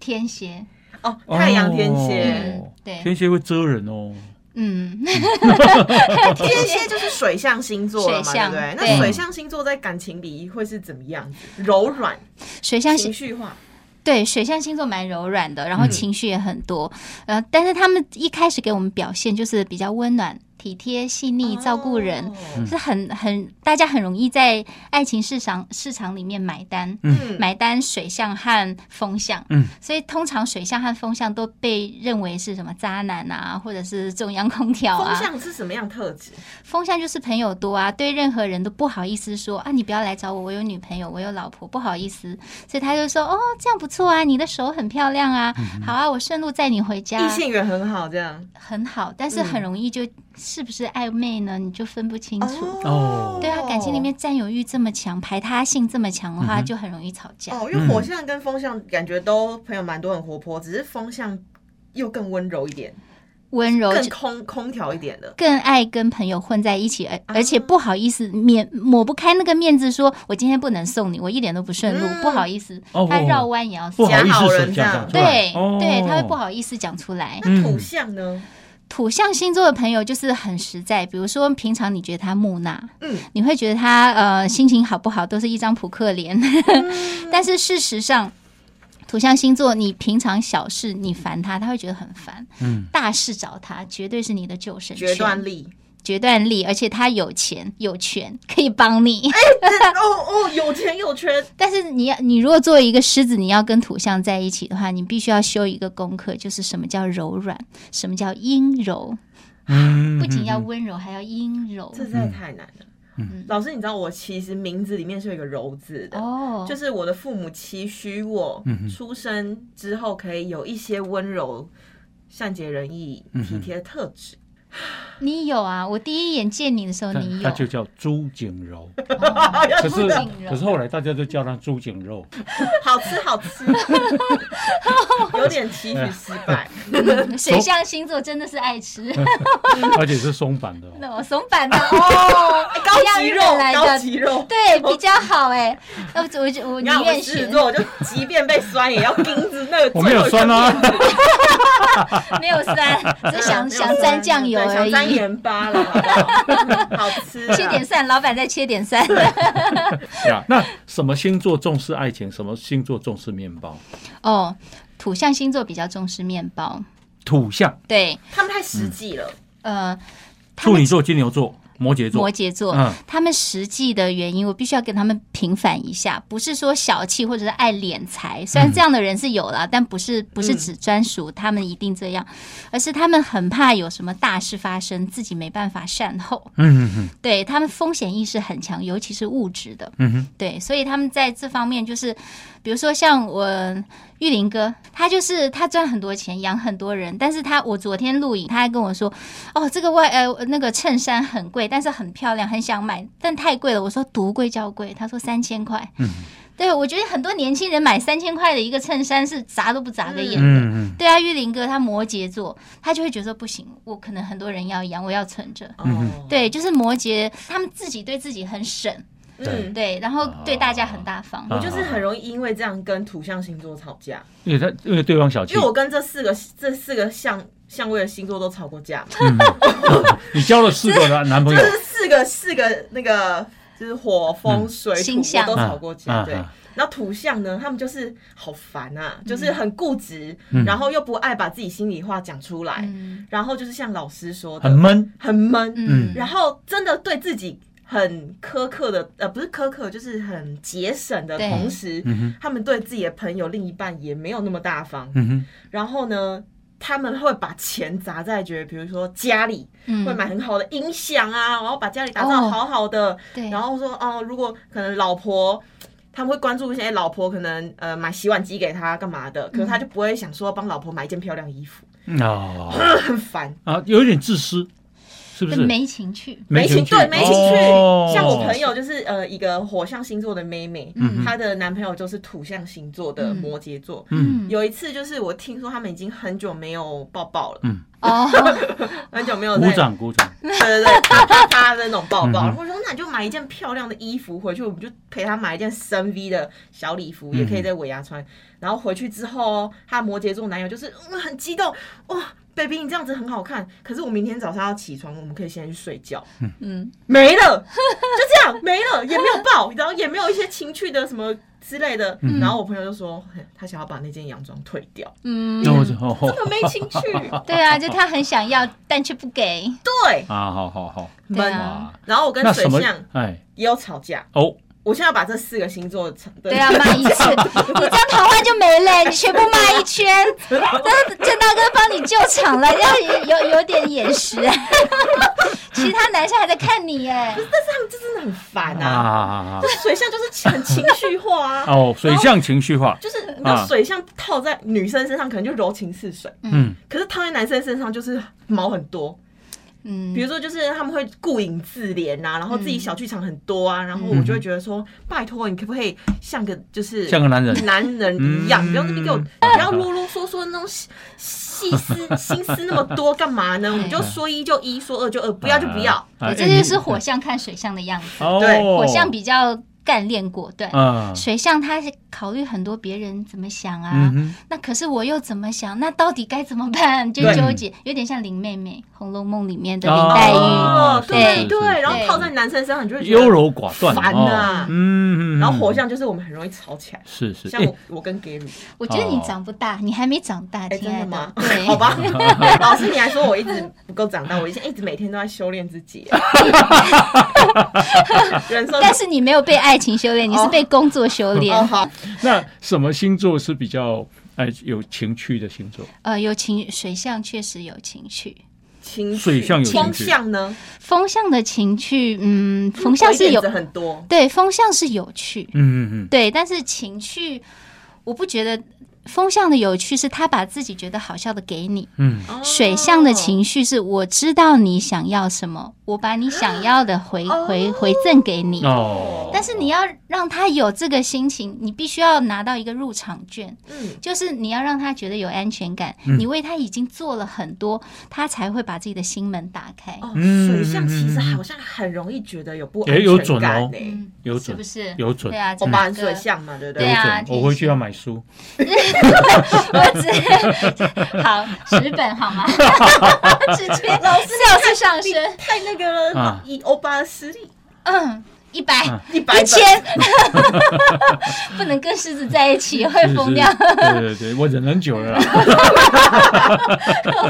[SPEAKER 1] 天蝎，
[SPEAKER 3] 哦， [LAUGHS] 太阳天蝎，
[SPEAKER 4] 哦
[SPEAKER 1] 对
[SPEAKER 4] 天蝎会蛰人哦。
[SPEAKER 1] 嗯， [LAUGHS]
[SPEAKER 3] 天蝎就是水象星座了嘛，
[SPEAKER 1] 水
[SPEAKER 3] 对
[SPEAKER 1] 象
[SPEAKER 3] 不
[SPEAKER 1] 对
[SPEAKER 3] 对？那水象星座在感情里会是怎么样子？柔软、
[SPEAKER 1] 水象
[SPEAKER 3] 情
[SPEAKER 1] 星
[SPEAKER 3] 绪化，
[SPEAKER 1] 对，水象星座蛮柔软的，然后
[SPEAKER 4] 嗯
[SPEAKER 1] 情绪也很多，呃，但是他们一开始给我们表现就是比较温暖、体贴、细腻、照顾人，
[SPEAKER 4] 嗯
[SPEAKER 3] 哦
[SPEAKER 1] 是很很大家很容易在爱情市场市场里面买单。
[SPEAKER 3] 嗯，
[SPEAKER 1] 买单水象和风象，
[SPEAKER 4] 嗯，
[SPEAKER 1] 所以通常水象和风象都被认为是什么渣男啊，或者是中央空调啊。
[SPEAKER 3] 风向是什么样特质？
[SPEAKER 1] 风向就是朋友多啊，对任何人都不好意思说啊，你不要来找我，我有女朋友，我有老婆，不好意思。所以他就说哦，这样不错啊，你的手很漂亮啊，
[SPEAKER 4] 嗯
[SPEAKER 1] 好啊，我顺路载你回家
[SPEAKER 3] 异，性缘很好，这样
[SPEAKER 1] 很好。但是很容易就是不是暧昧呢，你就分不清楚。
[SPEAKER 4] 哦
[SPEAKER 1] 对啊，感情里面占有欲这么强，排他性这么强的
[SPEAKER 4] 嗯
[SPEAKER 1] 话，就很容易吵架。
[SPEAKER 3] 哦，因为火象跟风象感觉都朋友蛮多，很活泼，只是风象又更温柔一点，
[SPEAKER 1] 温柔
[SPEAKER 3] 更空空调一点的。
[SPEAKER 1] 更爱跟朋友混在一起，而而且不好意思面抹不开那个面子说，我今天不能送你，我一点都不顺路，
[SPEAKER 3] 嗯
[SPEAKER 1] 不好意思
[SPEAKER 4] 哦，
[SPEAKER 1] 他绕弯也要送。
[SPEAKER 4] 不好意
[SPEAKER 3] 假好
[SPEAKER 4] 思
[SPEAKER 3] 人
[SPEAKER 4] 讲
[SPEAKER 3] 这样
[SPEAKER 4] 讲出来
[SPEAKER 1] 对，
[SPEAKER 4] 哦
[SPEAKER 1] 对，他会不好意思讲出来。
[SPEAKER 4] 嗯
[SPEAKER 3] 那土象呢？
[SPEAKER 1] 土象星座的朋友就是很实在，比如说平常你觉得他木讷，
[SPEAKER 3] 嗯，
[SPEAKER 1] 你会觉得他呃心情好不好都是一张扑克脸，
[SPEAKER 3] 嗯
[SPEAKER 1] [LAUGHS] 但是事实上。土象星座，你平常小事你烦他，他会觉得很烦。
[SPEAKER 4] 嗯，
[SPEAKER 1] 大事找他，绝对是你的救生圈，
[SPEAKER 3] 决断力。
[SPEAKER 1] 决断力，而且他有钱有权可以帮你。
[SPEAKER 3] 哦哦，有钱有权，
[SPEAKER 1] 但是你要，你如果作为一个狮子，你要跟土象在一起的话，你必须要修一个功课，就是什么叫柔软，什么叫阴柔，
[SPEAKER 4] 嗯，
[SPEAKER 1] 不仅要温柔，还要阴柔。
[SPEAKER 3] 这实在太难了。
[SPEAKER 1] 嗯
[SPEAKER 3] 老师，你知道我其实名字里面是有一个“柔”字的，
[SPEAKER 1] 哦，
[SPEAKER 3] 就是是我的父母期许我
[SPEAKER 4] 嗯哼
[SPEAKER 3] 出生之后可以有一些温柔、善解人意、
[SPEAKER 4] 嗯哼
[SPEAKER 3] 体贴的特质。
[SPEAKER 1] 你有啊，我第一眼见你的时候
[SPEAKER 4] 嗯但
[SPEAKER 1] 你有 [LAUGHS]
[SPEAKER 4] 他，就叫朱景柔，
[SPEAKER 1] 哦
[SPEAKER 4] 可是
[SPEAKER 1] 朱景柔
[SPEAKER 4] 可是后来大家都叫他朱景
[SPEAKER 1] [LAUGHS]
[SPEAKER 4] 肉，
[SPEAKER 3] [LAUGHS] 好吃好吃，有点期许失败。
[SPEAKER 1] 嗯水象星座真的是爱吃
[SPEAKER 4] 而且是松板的哦。。
[SPEAKER 1] 那我松板
[SPEAKER 3] [LAUGHS]
[SPEAKER 1] 的哦，
[SPEAKER 3] 哎高级肉
[SPEAKER 1] 一样日本来，的
[SPEAKER 3] 高级肉。
[SPEAKER 1] 对比较好哎，要不我
[SPEAKER 3] [LAUGHS]
[SPEAKER 1] 就我
[SPEAKER 3] 你
[SPEAKER 1] 宁
[SPEAKER 3] 看我
[SPEAKER 1] 愿
[SPEAKER 3] 狮子
[SPEAKER 1] 选
[SPEAKER 3] 座，我就即便被酸也要盯着那个
[SPEAKER 1] [LAUGHS]
[SPEAKER 4] 我没有酸啊，
[SPEAKER 1] 没有酸，只
[SPEAKER 3] [LAUGHS]
[SPEAKER 1] 想想沾酱油
[SPEAKER 3] 对
[SPEAKER 1] 而
[SPEAKER 3] 想沾
[SPEAKER 1] 已。
[SPEAKER 3] 盐
[SPEAKER 1] [LAUGHS]
[SPEAKER 3] 巴了，好不好？好吃啦。啊
[SPEAKER 1] 切点蒜，老板再切点
[SPEAKER 3] [LAUGHS]
[SPEAKER 1] 蒜。
[SPEAKER 4] [LAUGHS] 呀啊那什么星座重视爱情？什么星座重视面包？
[SPEAKER 1] 哦，土象星座比较重视面包，
[SPEAKER 4] 土象，
[SPEAKER 1] 对，
[SPEAKER 3] 他们太实际了。
[SPEAKER 1] 呃，他
[SPEAKER 4] 处
[SPEAKER 1] 们
[SPEAKER 4] 女座、金牛座、摩羯座
[SPEAKER 1] 摩，羯座，
[SPEAKER 4] 嗯
[SPEAKER 1] 他们实际的原因，我必须要跟他们平反一下，不是说小气或者是爱敛财，
[SPEAKER 4] 嗯
[SPEAKER 1] 虽然这样的人是有啦，但不是不是只专属他们一定这样，而是他们很怕有什么大事发生，自己没办法善后，
[SPEAKER 4] 嗯嗯
[SPEAKER 1] 对他们风险意识很强，尤其是物质的，
[SPEAKER 4] 嗯嗯
[SPEAKER 1] 对，所以他们在这方面就是，比如说像我玉林哥，他就是他赚很多钱，养很多人，但是他我昨天录影，他还跟我说，哦，这个外呃那个衬衫很贵，但是很漂亮，很想买，但太贵了。我说独贵较贵，他说三千块。
[SPEAKER 4] 嗯
[SPEAKER 1] 对，我觉得很多年轻人买三千块的一个衬衫是眨都不眨个眼的。
[SPEAKER 4] 嗯嗯，
[SPEAKER 1] 对啊，玉林哥他摩羯座，他就会觉得说不行，我可能很多人要养，我要存着。
[SPEAKER 3] 哦，
[SPEAKER 1] 对，就是摩羯，他们自己对自己很省，
[SPEAKER 3] 嗯，
[SPEAKER 1] 对，然后对大家很大方。
[SPEAKER 4] 啊
[SPEAKER 3] 我就是很容易因为这样跟土象星座吵架，
[SPEAKER 4] 因为他因为对方小气 [LAUGHS]
[SPEAKER 3] 因为，我跟这四个这四个相相位的星座都吵过架嘛，
[SPEAKER 4] [LAUGHS] 你交了四个男男朋
[SPEAKER 3] 就 [LAUGHS]
[SPEAKER 4] 友，
[SPEAKER 3] 是四个四个那个就是火风水土
[SPEAKER 1] 嗯星象
[SPEAKER 3] 我都吵过
[SPEAKER 4] 啊
[SPEAKER 3] 架，
[SPEAKER 4] 啊
[SPEAKER 3] 对
[SPEAKER 4] 啊。
[SPEAKER 3] 那土象呢，他们就是好烦
[SPEAKER 1] 嗯
[SPEAKER 3] 啊，就是很固执，
[SPEAKER 4] 嗯
[SPEAKER 3] 然后又不爱把自己心里话讲出来，
[SPEAKER 1] 嗯
[SPEAKER 3] 然后就是像老师说
[SPEAKER 4] 很
[SPEAKER 3] 的， [LAUGHS]
[SPEAKER 4] 闷，
[SPEAKER 3] 很闷，
[SPEAKER 1] 嗯，
[SPEAKER 3] 然后真的对自己。很苛刻的，呃，不是苛刻，就是很节省的
[SPEAKER 1] 对
[SPEAKER 3] 同时，
[SPEAKER 4] 嗯哼
[SPEAKER 3] 他们对自己的朋友、另一半也没有那么大方。
[SPEAKER 4] 嗯哼，
[SPEAKER 3] 然后呢，他们会把钱砸在觉得，比如说家里
[SPEAKER 1] 嗯
[SPEAKER 3] 会买很好的音响啊，然后把家里打造好好的，
[SPEAKER 1] 哦对，
[SPEAKER 3] 然后说哦，如果可能老婆。他们会关注一些、哎老婆可能呃买洗碗机给他干嘛的，
[SPEAKER 1] 嗯
[SPEAKER 3] 可是他就不会想说帮老婆买一件漂亮衣服， [COUGHS]
[SPEAKER 4] 哦
[SPEAKER 3] 很烦。
[SPEAKER 4] 啊，有一点自私，是不
[SPEAKER 1] 这
[SPEAKER 4] 是？
[SPEAKER 1] 没情趣，
[SPEAKER 3] 没情
[SPEAKER 4] 趣，
[SPEAKER 3] 对没情趣
[SPEAKER 4] 哦
[SPEAKER 3] 像我朋友就是呃一个火象星座的妹妹，
[SPEAKER 1] 嗯
[SPEAKER 3] 她的男朋友就是土象星座的摩羯座。
[SPEAKER 4] 嗯
[SPEAKER 1] 嗯，
[SPEAKER 3] 有一次就是我听说他们已经很久没有抱抱
[SPEAKER 1] [GASPS]
[SPEAKER 3] 了，
[SPEAKER 4] 嗯，
[SPEAKER 3] [LAUGHS]
[SPEAKER 1] 哦，
[SPEAKER 3] 很久没有
[SPEAKER 4] 鼓
[SPEAKER 3] 在
[SPEAKER 4] 掌鼓掌，
[SPEAKER 3] 对对对，啪啪啪的那种抱抱。
[SPEAKER 4] 嗯
[SPEAKER 3] 然后我说那你就买一件漂亮的衣服回去，我们就陪他买一件深 V 的小礼服，
[SPEAKER 4] 嗯
[SPEAKER 3] 也可以在尾牙穿。然后回去之后哦，她摩羯座男友就是、嗯、很激动，哇，baby 你这样子很好看，可是我明天早上要起床，我们可以先去睡觉。
[SPEAKER 1] 嗯，
[SPEAKER 3] 没了，就这样没了，也没有抱，然后也没有一些情趣的什么之类的。然后我朋友就说，嘿他想要把那件洋装退掉，
[SPEAKER 1] 嗯，
[SPEAKER 4] 那我就哦吼
[SPEAKER 3] 根本没情趣。
[SPEAKER 1] 对啊，就他很想要，但却不给。
[SPEAKER 3] [LAUGHS] 对，
[SPEAKER 4] 啊，好好好，
[SPEAKER 1] 对
[SPEAKER 3] 闷。
[SPEAKER 1] 啊
[SPEAKER 4] 哇，
[SPEAKER 3] 然后我嗯跟
[SPEAKER 4] 那
[SPEAKER 3] 水
[SPEAKER 4] 什么
[SPEAKER 3] 象？
[SPEAKER 4] 哎，
[SPEAKER 3] 也有吵架，
[SPEAKER 4] 哦，
[SPEAKER 3] 我现在要把这四个星座的
[SPEAKER 1] 对啊，骂一次，你这样桃花就没了，你全部骂一圈，那郑大哥帮你救场了，要有有点眼识， [LAUGHS] 其他男生还在看你耶，
[SPEAKER 3] [LAUGHS] [LAUGHS] 这真的很烦啊。
[SPEAKER 4] 啊，
[SPEAKER 3] 这水象就是很情绪化啊，
[SPEAKER 4] [LAUGHS] 哦，水象情绪化，
[SPEAKER 3] 就是你知道
[SPEAKER 4] 啊
[SPEAKER 3] 水象套在女生身上可能就柔情似水，
[SPEAKER 4] 嗯，
[SPEAKER 3] 可是套在男生身上就是毛很多。
[SPEAKER 1] 嗯
[SPEAKER 3] 比，如说，就是他们会顾影自怜啊，然后自己小剧场很多啊，然后
[SPEAKER 4] 嗯
[SPEAKER 3] 我就会觉得说，拜托你可不可以像个就是
[SPEAKER 4] 像个男人，
[SPEAKER 3] 男人一样，
[SPEAKER 4] 嗯
[SPEAKER 3] 不要那边给我，不要啰啰嗦嗦那种细细思心思那么多干嘛呢？我
[SPEAKER 4] 嗯
[SPEAKER 3] 们就说一就一，说二就二，不要就不要。
[SPEAKER 4] 啊，
[SPEAKER 1] 对，这
[SPEAKER 4] 哎哦
[SPEAKER 1] 就是火，象看水象的样子，
[SPEAKER 3] 对
[SPEAKER 4] 对
[SPEAKER 1] 火象比啊较干练果断，
[SPEAKER 4] 嗯
[SPEAKER 1] 水象他是考虑很多别人怎么想啊
[SPEAKER 4] 嗯，哼
[SPEAKER 1] 那可是我又怎么想？那到底该怎么办？就
[SPEAKER 3] 对
[SPEAKER 1] 纠结，有点像林妹妹《红楼梦》里面的林黛玉，
[SPEAKER 4] 哦
[SPEAKER 3] 哦，
[SPEAKER 1] 对
[SPEAKER 3] 对
[SPEAKER 4] 是是
[SPEAKER 3] 对，
[SPEAKER 4] 是
[SPEAKER 3] 然后套在男生身上，你就会觉得
[SPEAKER 4] 优柔寡断，
[SPEAKER 3] 烦
[SPEAKER 4] 呐，
[SPEAKER 3] 啊
[SPEAKER 4] 嗯，嗯嗯
[SPEAKER 3] 然后火象就是我们很容易吵起来，
[SPEAKER 4] 是是，
[SPEAKER 3] 像
[SPEAKER 4] 哎
[SPEAKER 3] 我我跟 Gary，
[SPEAKER 1] 我觉得你
[SPEAKER 4] 哦
[SPEAKER 1] 长不大，你还没长大，
[SPEAKER 3] 哎，
[SPEAKER 1] 亲
[SPEAKER 3] 真
[SPEAKER 1] 爱
[SPEAKER 3] 的吗？ [LAUGHS]
[SPEAKER 1] 对，
[SPEAKER 4] [LAUGHS]
[SPEAKER 3] 好，吧，老师你还说我一直不够长大，我以前一直每天都在修炼自
[SPEAKER 4] [LAUGHS]
[SPEAKER 3] 己，人生
[SPEAKER 1] 但是你没有被爱情修炼，你是被工作修
[SPEAKER 3] 哦
[SPEAKER 1] 炼。
[SPEAKER 3] 好，
[SPEAKER 4] 那什么星座是比较哎有情趣的星座？
[SPEAKER 1] 呃，有情水象确实有情趣，
[SPEAKER 3] 情绪
[SPEAKER 4] 水象有情
[SPEAKER 3] 风
[SPEAKER 4] 绪
[SPEAKER 3] 象呢，
[SPEAKER 1] 风象的情趣，嗯，风象是有
[SPEAKER 3] 鬼点子很多，
[SPEAKER 1] 对，风象是有趣，
[SPEAKER 4] 嗯嗯
[SPEAKER 1] 对，但是情趣，我不觉得风象的有趣是他把自己觉得好笑的给你，
[SPEAKER 4] 嗯嗯，
[SPEAKER 1] 水象的情
[SPEAKER 3] 哦
[SPEAKER 1] 绪是我知道你想要什么，我把你想要的回
[SPEAKER 3] 哦
[SPEAKER 1] 回回赠给你。
[SPEAKER 4] 哦，
[SPEAKER 1] 但是你要让他有这个心情，你必须要拿到一个入场券，
[SPEAKER 3] 嗯，
[SPEAKER 1] 就是你要让他觉得有安全感。
[SPEAKER 4] 嗯
[SPEAKER 1] 你为他已经做了很多，他才会把自己的心门打开。
[SPEAKER 3] 哦，
[SPEAKER 4] 嗯
[SPEAKER 3] 水象其实好像很容易觉得有不安
[SPEAKER 4] 也有
[SPEAKER 3] 全
[SPEAKER 4] 准
[SPEAKER 3] 感
[SPEAKER 4] 哦
[SPEAKER 3] 呢、
[SPEAKER 1] 嗯，
[SPEAKER 4] 有
[SPEAKER 1] 是
[SPEAKER 4] 准
[SPEAKER 1] 不是？
[SPEAKER 4] 有准
[SPEAKER 1] 对啊，
[SPEAKER 3] 我
[SPEAKER 1] 真
[SPEAKER 3] 把
[SPEAKER 1] 的
[SPEAKER 3] 很水象嘛，对不
[SPEAKER 1] 对
[SPEAKER 3] 对？
[SPEAKER 1] 啊
[SPEAKER 4] 有准，我回去
[SPEAKER 1] 天蝎
[SPEAKER 4] 要买书，
[SPEAKER 1] [LAUGHS] 我只 [LAUGHS] 好十本好
[SPEAKER 4] [LAUGHS]
[SPEAKER 1] 吗？直接老师是上升，
[SPEAKER 3] 太那个了，
[SPEAKER 4] 啊
[SPEAKER 3] 以欧巴的实力，
[SPEAKER 1] 嗯，一百。
[SPEAKER 4] 啊
[SPEAKER 3] 一百
[SPEAKER 1] 一
[SPEAKER 3] 本
[SPEAKER 1] 千， [LAUGHS] 不能跟狮子在一起会
[SPEAKER 4] 是是
[SPEAKER 1] 疯掉。
[SPEAKER 4] 对对对，我忍很久了啦，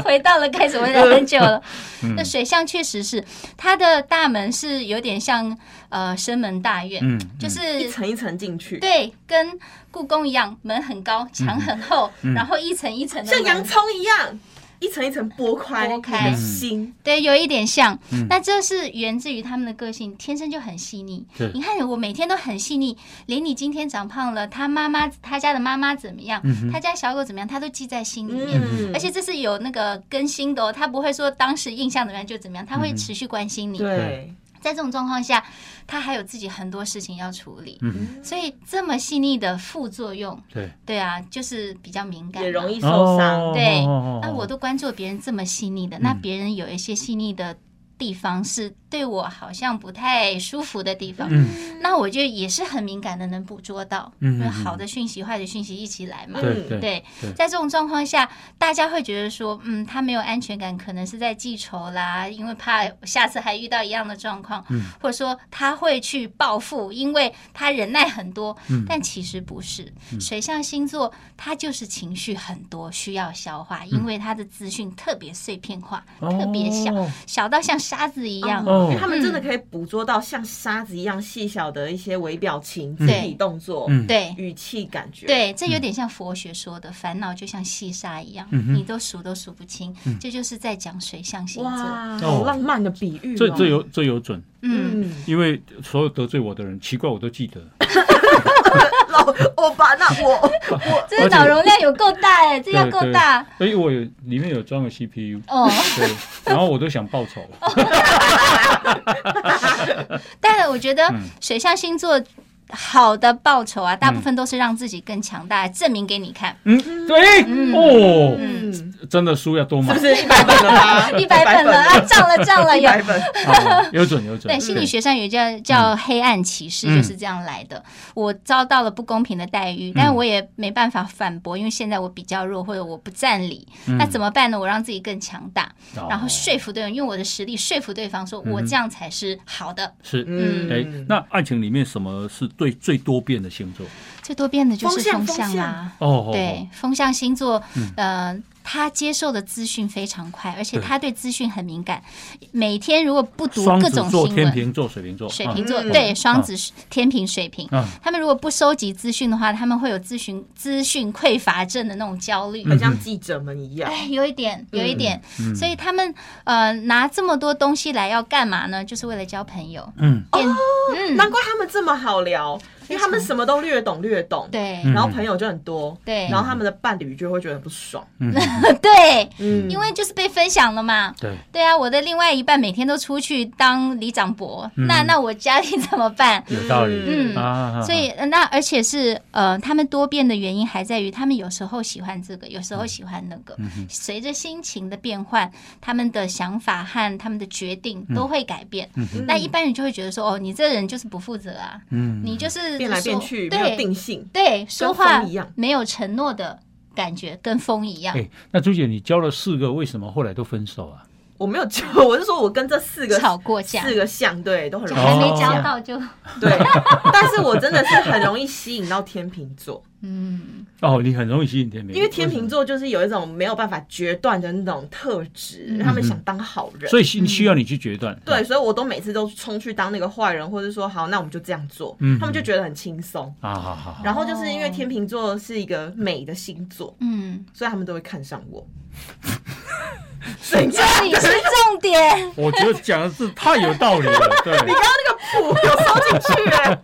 [SPEAKER 1] 回到了开始，我忍很久了。
[SPEAKER 4] [LAUGHS] 嗯
[SPEAKER 1] 那水象确实是它的大门是有点像呃深门大院，
[SPEAKER 4] 嗯，
[SPEAKER 1] 就
[SPEAKER 3] 一
[SPEAKER 1] 是。
[SPEAKER 3] 层一层进去，
[SPEAKER 1] 对，跟故宫一样，门很高，墙很厚，
[SPEAKER 4] 嗯
[SPEAKER 1] 然后一层一层的
[SPEAKER 3] 像
[SPEAKER 1] 门
[SPEAKER 3] 洋葱一样，一层一层剥开
[SPEAKER 1] 剥开
[SPEAKER 3] 你的心，
[SPEAKER 1] 对，有一点像。
[SPEAKER 4] 嗯
[SPEAKER 1] 那这是源自于他们的个性，天生就很细腻
[SPEAKER 4] 对。
[SPEAKER 1] 你看我每天都很细腻，连你今天长胖了，他妈妈他家的妈妈怎么样，
[SPEAKER 4] 嗯
[SPEAKER 1] 他家小狗怎么样，他都记在心里面。
[SPEAKER 3] 嗯，
[SPEAKER 1] 而且这是有那个更新的哦，他不会说当时印象怎么样就怎么样，
[SPEAKER 4] 嗯
[SPEAKER 1] 他会持续关心你。
[SPEAKER 3] 对，
[SPEAKER 1] 在这种状况下，他还有自己很多事情要处理，
[SPEAKER 4] 嗯
[SPEAKER 1] 所以这么细腻的副作用，
[SPEAKER 4] 对，
[SPEAKER 1] 对啊，就是比较敏感嘛，
[SPEAKER 3] 也容易受伤。
[SPEAKER 1] 对啊
[SPEAKER 4] 哦
[SPEAKER 1] 那我都关注别人这么细腻的，那别人有一些细腻的地方是对我好像不太舒服的地方，
[SPEAKER 4] 嗯
[SPEAKER 1] 那我就也是很敏感的能捕捉到，
[SPEAKER 4] 嗯嗯嗯
[SPEAKER 1] 就是好的讯息、坏的讯息一起来嘛。
[SPEAKER 4] 对对
[SPEAKER 1] 对
[SPEAKER 4] 对，
[SPEAKER 1] 在这种状况下，大家会觉得说，嗯，他没有安全感，可能是在记仇啦，因为怕下次还遇到一样的状况，
[SPEAKER 4] 嗯
[SPEAKER 1] 或者说他会去报复，因为他忍耐很多，
[SPEAKER 4] 嗯
[SPEAKER 1] 但其实不是。水象星座他就是情绪很多，需要消化，因为他的资讯特别碎片化，特别小，
[SPEAKER 4] 嗯哦
[SPEAKER 1] 小到像沙子一样。
[SPEAKER 4] 哦
[SPEAKER 3] 因为他们真的可以捕捉到像沙子一样细小的一些微表情、
[SPEAKER 4] 嗯
[SPEAKER 3] 肢体动作、
[SPEAKER 4] 嗯
[SPEAKER 1] 对，
[SPEAKER 3] 语气感觉。，
[SPEAKER 1] 对，这有点像佛学说的，烦恼就像细沙一
[SPEAKER 4] 嗯
[SPEAKER 1] 样，你都数都数不清。这就是在讲水象星座。
[SPEAKER 3] 哇，
[SPEAKER 4] 哦
[SPEAKER 3] 好浪漫的比喻哦。
[SPEAKER 4] 这这有这有准，
[SPEAKER 1] 嗯，
[SPEAKER 3] 嗯，
[SPEAKER 4] 因为所有得罪我的人，奇怪我都记得，
[SPEAKER 3] 老欧巴，那我
[SPEAKER 1] 这个脑容量有够大哎，这要够大
[SPEAKER 4] 所以哎我有里面有装个 CPU，
[SPEAKER 1] 哦。
[SPEAKER 4] 对， [LAUGHS] 然后我都想报仇，
[SPEAKER 1] 但我觉得
[SPEAKER 4] 嗯
[SPEAKER 1] 水象星座好的报酬啊，大部分都是让自己更强大，证明给你看。？
[SPEAKER 4] 哎嗯，对，哦，
[SPEAKER 3] 嗯，
[SPEAKER 4] 真的书要多
[SPEAKER 3] 是
[SPEAKER 4] 买
[SPEAKER 3] 不，是一百本了吧 [LAUGHS]
[SPEAKER 1] 一百本了啊，涨了涨了
[SPEAKER 3] 一
[SPEAKER 1] 有。
[SPEAKER 3] 百本，
[SPEAKER 4] 好啊有准有
[SPEAKER 1] [LAUGHS]
[SPEAKER 4] 准。
[SPEAKER 1] 对，心理学上有叫叫黑暗歧视，
[SPEAKER 4] 嗯
[SPEAKER 1] 就是这样来的。我遭到了不公平的待遇，但我也没办法反驳，因为现在我比较弱，或者我不占理。那怎
[SPEAKER 4] 么？
[SPEAKER 1] 么办呢？我让自己更强大，
[SPEAKER 4] 哦
[SPEAKER 1] 然后说服对方，用我的实力说服对方，说我这样才是好的。
[SPEAKER 4] 是
[SPEAKER 1] 嗯
[SPEAKER 4] 哎，那爱情里面什么是最最多变的星座？
[SPEAKER 1] 最多变的就是
[SPEAKER 3] 风向
[SPEAKER 1] 风向啊啦。
[SPEAKER 4] 哦，嗯
[SPEAKER 1] 对，风象星座，呃，他接受的资讯非常快，而且
[SPEAKER 4] 对
[SPEAKER 1] 他对资讯很敏感。每天如果不读
[SPEAKER 4] 双
[SPEAKER 1] 各
[SPEAKER 4] 子
[SPEAKER 1] 种
[SPEAKER 4] 座、
[SPEAKER 1] 新
[SPEAKER 4] 天
[SPEAKER 1] 闻，
[SPEAKER 4] 秤座、水瓶座，啊
[SPEAKER 1] 水瓶座
[SPEAKER 3] 嗯
[SPEAKER 1] 对双子、天平、水瓶，
[SPEAKER 4] 嗯
[SPEAKER 1] 他们如果不收集资讯的话，他们会有资讯资讯匮乏症的那种焦虑。
[SPEAKER 3] 很像记者们一样，
[SPEAKER 1] 哎，有一点，有一点，
[SPEAKER 4] 嗯
[SPEAKER 1] 所以他们呃拿这么多东西来要干嘛呢？就是为了交朋友。
[SPEAKER 4] 嗯，
[SPEAKER 1] 变
[SPEAKER 3] 难怪他们这么好聊，因为他们什么都略懂略懂，
[SPEAKER 1] 对
[SPEAKER 4] 嗯
[SPEAKER 3] 然后朋友就很多，
[SPEAKER 1] 对
[SPEAKER 3] 然后他们的伴侣就会觉得很不爽，
[SPEAKER 4] 嗯，
[SPEAKER 1] [LAUGHS] 对，
[SPEAKER 3] 嗯
[SPEAKER 1] 因为就是被分享了嘛。
[SPEAKER 4] 对，
[SPEAKER 1] 对啊，我的另外一半每天都出去当里长伯，
[SPEAKER 4] 嗯
[SPEAKER 1] 那那我家里怎么办？
[SPEAKER 4] 有道理。
[SPEAKER 1] 嗯
[SPEAKER 4] 啊啊，啊
[SPEAKER 1] 所以，呃那而且是呃，他们多变的原因还在于，他们有时候喜欢这个，有时
[SPEAKER 4] 嗯
[SPEAKER 1] 候喜欢那个。随着心情的变换，他们的想法和他们的决定
[SPEAKER 4] 嗯
[SPEAKER 1] 都会改变。
[SPEAKER 3] 嗯
[SPEAKER 1] 那一般人就会觉得说，哦，你这人就是不负责啊，
[SPEAKER 4] 嗯，
[SPEAKER 1] 你就是
[SPEAKER 3] 变来变
[SPEAKER 1] 说
[SPEAKER 3] 去没有
[SPEAKER 1] 对
[SPEAKER 3] 定性，
[SPEAKER 1] 对，说话
[SPEAKER 3] 风一样
[SPEAKER 1] 没有承诺的感觉，跟风一样。
[SPEAKER 4] 哎，那朱姐，你交了四个，为什么后来都分手啊？
[SPEAKER 3] 我没有 [LAUGHS] 交，我是说我跟这四个
[SPEAKER 1] 吵过架，
[SPEAKER 3] 四个像对都很
[SPEAKER 1] 就
[SPEAKER 3] 容易
[SPEAKER 1] 还没
[SPEAKER 4] 哦
[SPEAKER 1] 交到就、
[SPEAKER 3] 对， [LAUGHS] 但是我真的是很容易吸引到天秤座，
[SPEAKER 1] 嗯，
[SPEAKER 4] 哦，你很容易吸引天秤，
[SPEAKER 3] 因为天秤座就是有一种没有办法决断的那种特
[SPEAKER 1] 嗯
[SPEAKER 3] 质，他们想当好人，嗯
[SPEAKER 4] 所以嗯需需要你去决断。
[SPEAKER 3] 对，所以我都每次都冲去当那个坏人，或者说好，那我们就这样做，
[SPEAKER 4] 嗯
[SPEAKER 3] 他们就觉得很轻松。
[SPEAKER 4] 啊，好好好。
[SPEAKER 3] 然后就是
[SPEAKER 1] 哦
[SPEAKER 3] 因为天秤座是一个美的星座，
[SPEAKER 1] 嗯，
[SPEAKER 3] 所以他们都会看上
[SPEAKER 4] [LAUGHS]
[SPEAKER 3] 我。
[SPEAKER 1] 这里是重
[SPEAKER 4] [LAUGHS]
[SPEAKER 1] 点。
[SPEAKER 4] 我觉得讲的是太有道理了，对，
[SPEAKER 3] 谱有收进去哎、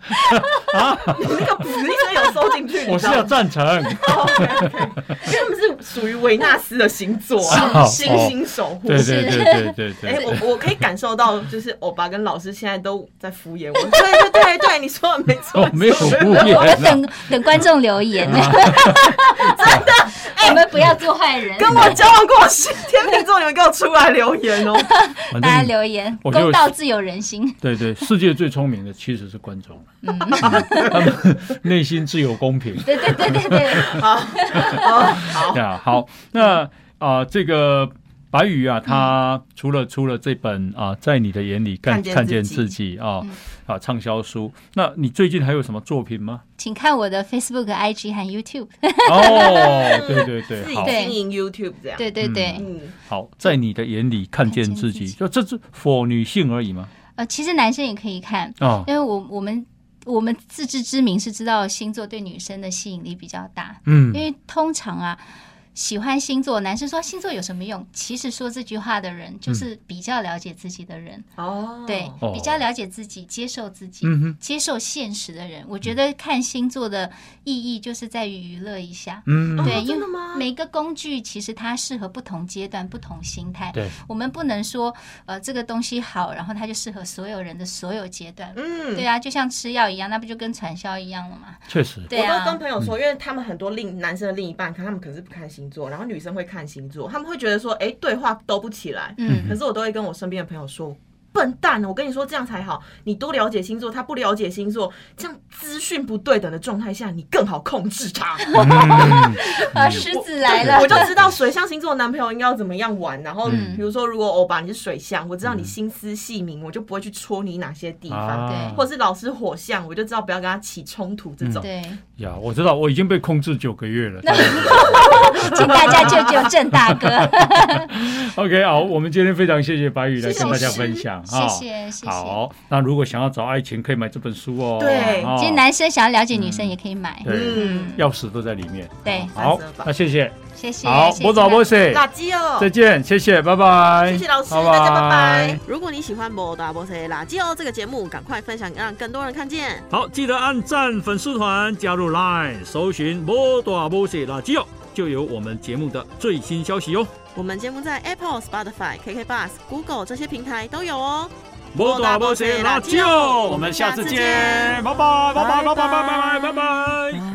[SPEAKER 3] 你那个谱应该有收进去，
[SPEAKER 4] 啊我是
[SPEAKER 3] 你知道
[SPEAKER 4] 要
[SPEAKER 3] 吗
[SPEAKER 4] 赞成。
[SPEAKER 3] 因为他们是属于维纳斯的星座啊，
[SPEAKER 4] 是
[SPEAKER 3] 星
[SPEAKER 4] 哦
[SPEAKER 3] 星守护。
[SPEAKER 4] 对对对对对对。
[SPEAKER 3] 哎、我我可以感受到，就是欧巴跟老师现在都在敷衍我。对对对对，你说的没错
[SPEAKER 4] 哦，，没有
[SPEAKER 3] 你
[SPEAKER 4] 敷
[SPEAKER 3] 说的
[SPEAKER 1] 我
[SPEAKER 4] 衍啊，
[SPEAKER 1] 等等观众留言，
[SPEAKER 4] 嗯
[SPEAKER 1] [LAUGHS] 真的，我们不要做坏人，
[SPEAKER 3] [LAUGHS] 跟我交往过是天秤座，你们给我出来留言哦。
[SPEAKER 4] 反
[SPEAKER 1] 大家
[SPEAKER 4] 正
[SPEAKER 1] 留言，
[SPEAKER 4] 我就
[SPEAKER 1] 公道自有人心。 [LAUGHS]
[SPEAKER 4] 对对，世界最聪明的其实是观众，
[SPEAKER 3] 嗯
[SPEAKER 4] 他们内心自有公平。
[SPEAKER 1] 对对对对对，
[SPEAKER 3] 好，哦好，
[SPEAKER 4] 对啊，好，那啊、这个白宇啊，他除了出了这本啊、在你的眼里看
[SPEAKER 3] 嗯看见
[SPEAKER 4] 看见
[SPEAKER 3] 自嗯
[SPEAKER 4] 自己啊啊畅销书，那你最近还有什么作品吗？
[SPEAKER 1] 请看我的 Facebook、IG 和 YouTube。
[SPEAKER 4] 哦，对对对，好
[SPEAKER 3] 自己经营 YouTube 这样。
[SPEAKER 1] 对对对，
[SPEAKER 3] 嗯，
[SPEAKER 4] 好，在你的眼里看见
[SPEAKER 1] 看见
[SPEAKER 4] 自
[SPEAKER 1] 自
[SPEAKER 4] 己，
[SPEAKER 1] 己
[SPEAKER 4] 就这是 for 女性而已吗？
[SPEAKER 1] 呃，其实男生也可以看，
[SPEAKER 4] 啊、
[SPEAKER 1] 因为我我们我们自知之明是知道星座对女生的吸引力比较大，因
[SPEAKER 4] 嗯，
[SPEAKER 1] 为通常啊。喜欢星座，男生说星座有什么用？其实说这句话的人，
[SPEAKER 4] 嗯
[SPEAKER 1] 就是比较了解自己的人。
[SPEAKER 3] 哦，
[SPEAKER 1] 对，
[SPEAKER 4] 哦
[SPEAKER 1] 比较了解自己、接受自己、
[SPEAKER 4] 嗯哼嗯
[SPEAKER 1] 接受现实的人，我觉得看星座的意义就是在于娱乐一下。
[SPEAKER 4] 嗯，
[SPEAKER 3] 哦
[SPEAKER 1] 对，因
[SPEAKER 3] 真
[SPEAKER 1] 为
[SPEAKER 3] 的吗
[SPEAKER 1] 每个工具其实它适合不同阶段、不同心态。
[SPEAKER 4] 对，
[SPEAKER 1] 我们不能说呃这个东西好，然后它就适合所有人的所有阶段。
[SPEAKER 3] 嗯，
[SPEAKER 1] 对啊，就像吃药一样，那不就跟传销一样了吗？
[SPEAKER 4] 确实，
[SPEAKER 1] 对
[SPEAKER 3] 我都跟
[SPEAKER 1] 啊，
[SPEAKER 3] 朋友说，因为他们很多另男生的另一半，可能他们可能是不看星座，然后女生会看星座，他们会觉得说，哎、对话都不起来。
[SPEAKER 1] 嗯
[SPEAKER 3] 可是我都会跟我身边的朋友说。笨蛋！我跟你说，这样才好。你多了解星座，他不了解星座，这样资讯不对等的状态下，你更好控制
[SPEAKER 1] [LAUGHS]
[SPEAKER 3] 他。
[SPEAKER 4] 嗯
[SPEAKER 1] 啊，狮子来了
[SPEAKER 3] 我，就知道水象星座男朋友应该要怎么样玩。然后，
[SPEAKER 4] 嗯
[SPEAKER 3] 比如说，如果欧巴你是水象，我知道你心思细明，我就不会去戳你哪些地方；
[SPEAKER 1] 嗯
[SPEAKER 4] 啊
[SPEAKER 3] 或是老师火象，我就知道不要跟他起冲突。这种、
[SPEAKER 4] [LAUGHS]
[SPEAKER 1] 对，
[SPEAKER 4] 呀，我知道，我已经被控制九个月了。
[SPEAKER 1] 请大家救救郑大哥，
[SPEAKER 4] [LAUGHS] OK，好，我们今天非常谢谢白宇来
[SPEAKER 1] 谢谢
[SPEAKER 4] 跟大家分享
[SPEAKER 1] 谢
[SPEAKER 4] 哈。
[SPEAKER 1] 谢谢谢。
[SPEAKER 4] 好，那如果想要找爱情，可以买这本书哦。
[SPEAKER 3] 对
[SPEAKER 4] 哦
[SPEAKER 1] 其实男生想要了解女生也可以买，
[SPEAKER 4] 对
[SPEAKER 3] 嗯
[SPEAKER 4] 钥匙都在里面。
[SPEAKER 1] 对，
[SPEAKER 4] 好
[SPEAKER 3] 三十二，吧
[SPEAKER 4] 那谢谢，
[SPEAKER 1] 谢谢。
[SPEAKER 4] 好，
[SPEAKER 1] 谢谢
[SPEAKER 4] 我找波 s
[SPEAKER 3] 垃圾哦、
[SPEAKER 4] 再见，谢谢，拜拜，
[SPEAKER 3] 谢谢老师大家拜拜。
[SPEAKER 5] 如果你喜欢《摩大波塞垃圾哦》这个节目，赶快分享，让更多人看见。
[SPEAKER 4] 好，记得按赞粉丝团，加入 Line，搜寻“摸大摸西垃圾哦”，就有我们节目的最新消息哦。
[SPEAKER 5] 我们节目在 Apple、Spotify、KK Bus、Google 这些平台都有哦。
[SPEAKER 4] 摸大摸西垃圾哦，我们下次见，拜拜，拜拜，拜拜，拜拜，拜拜。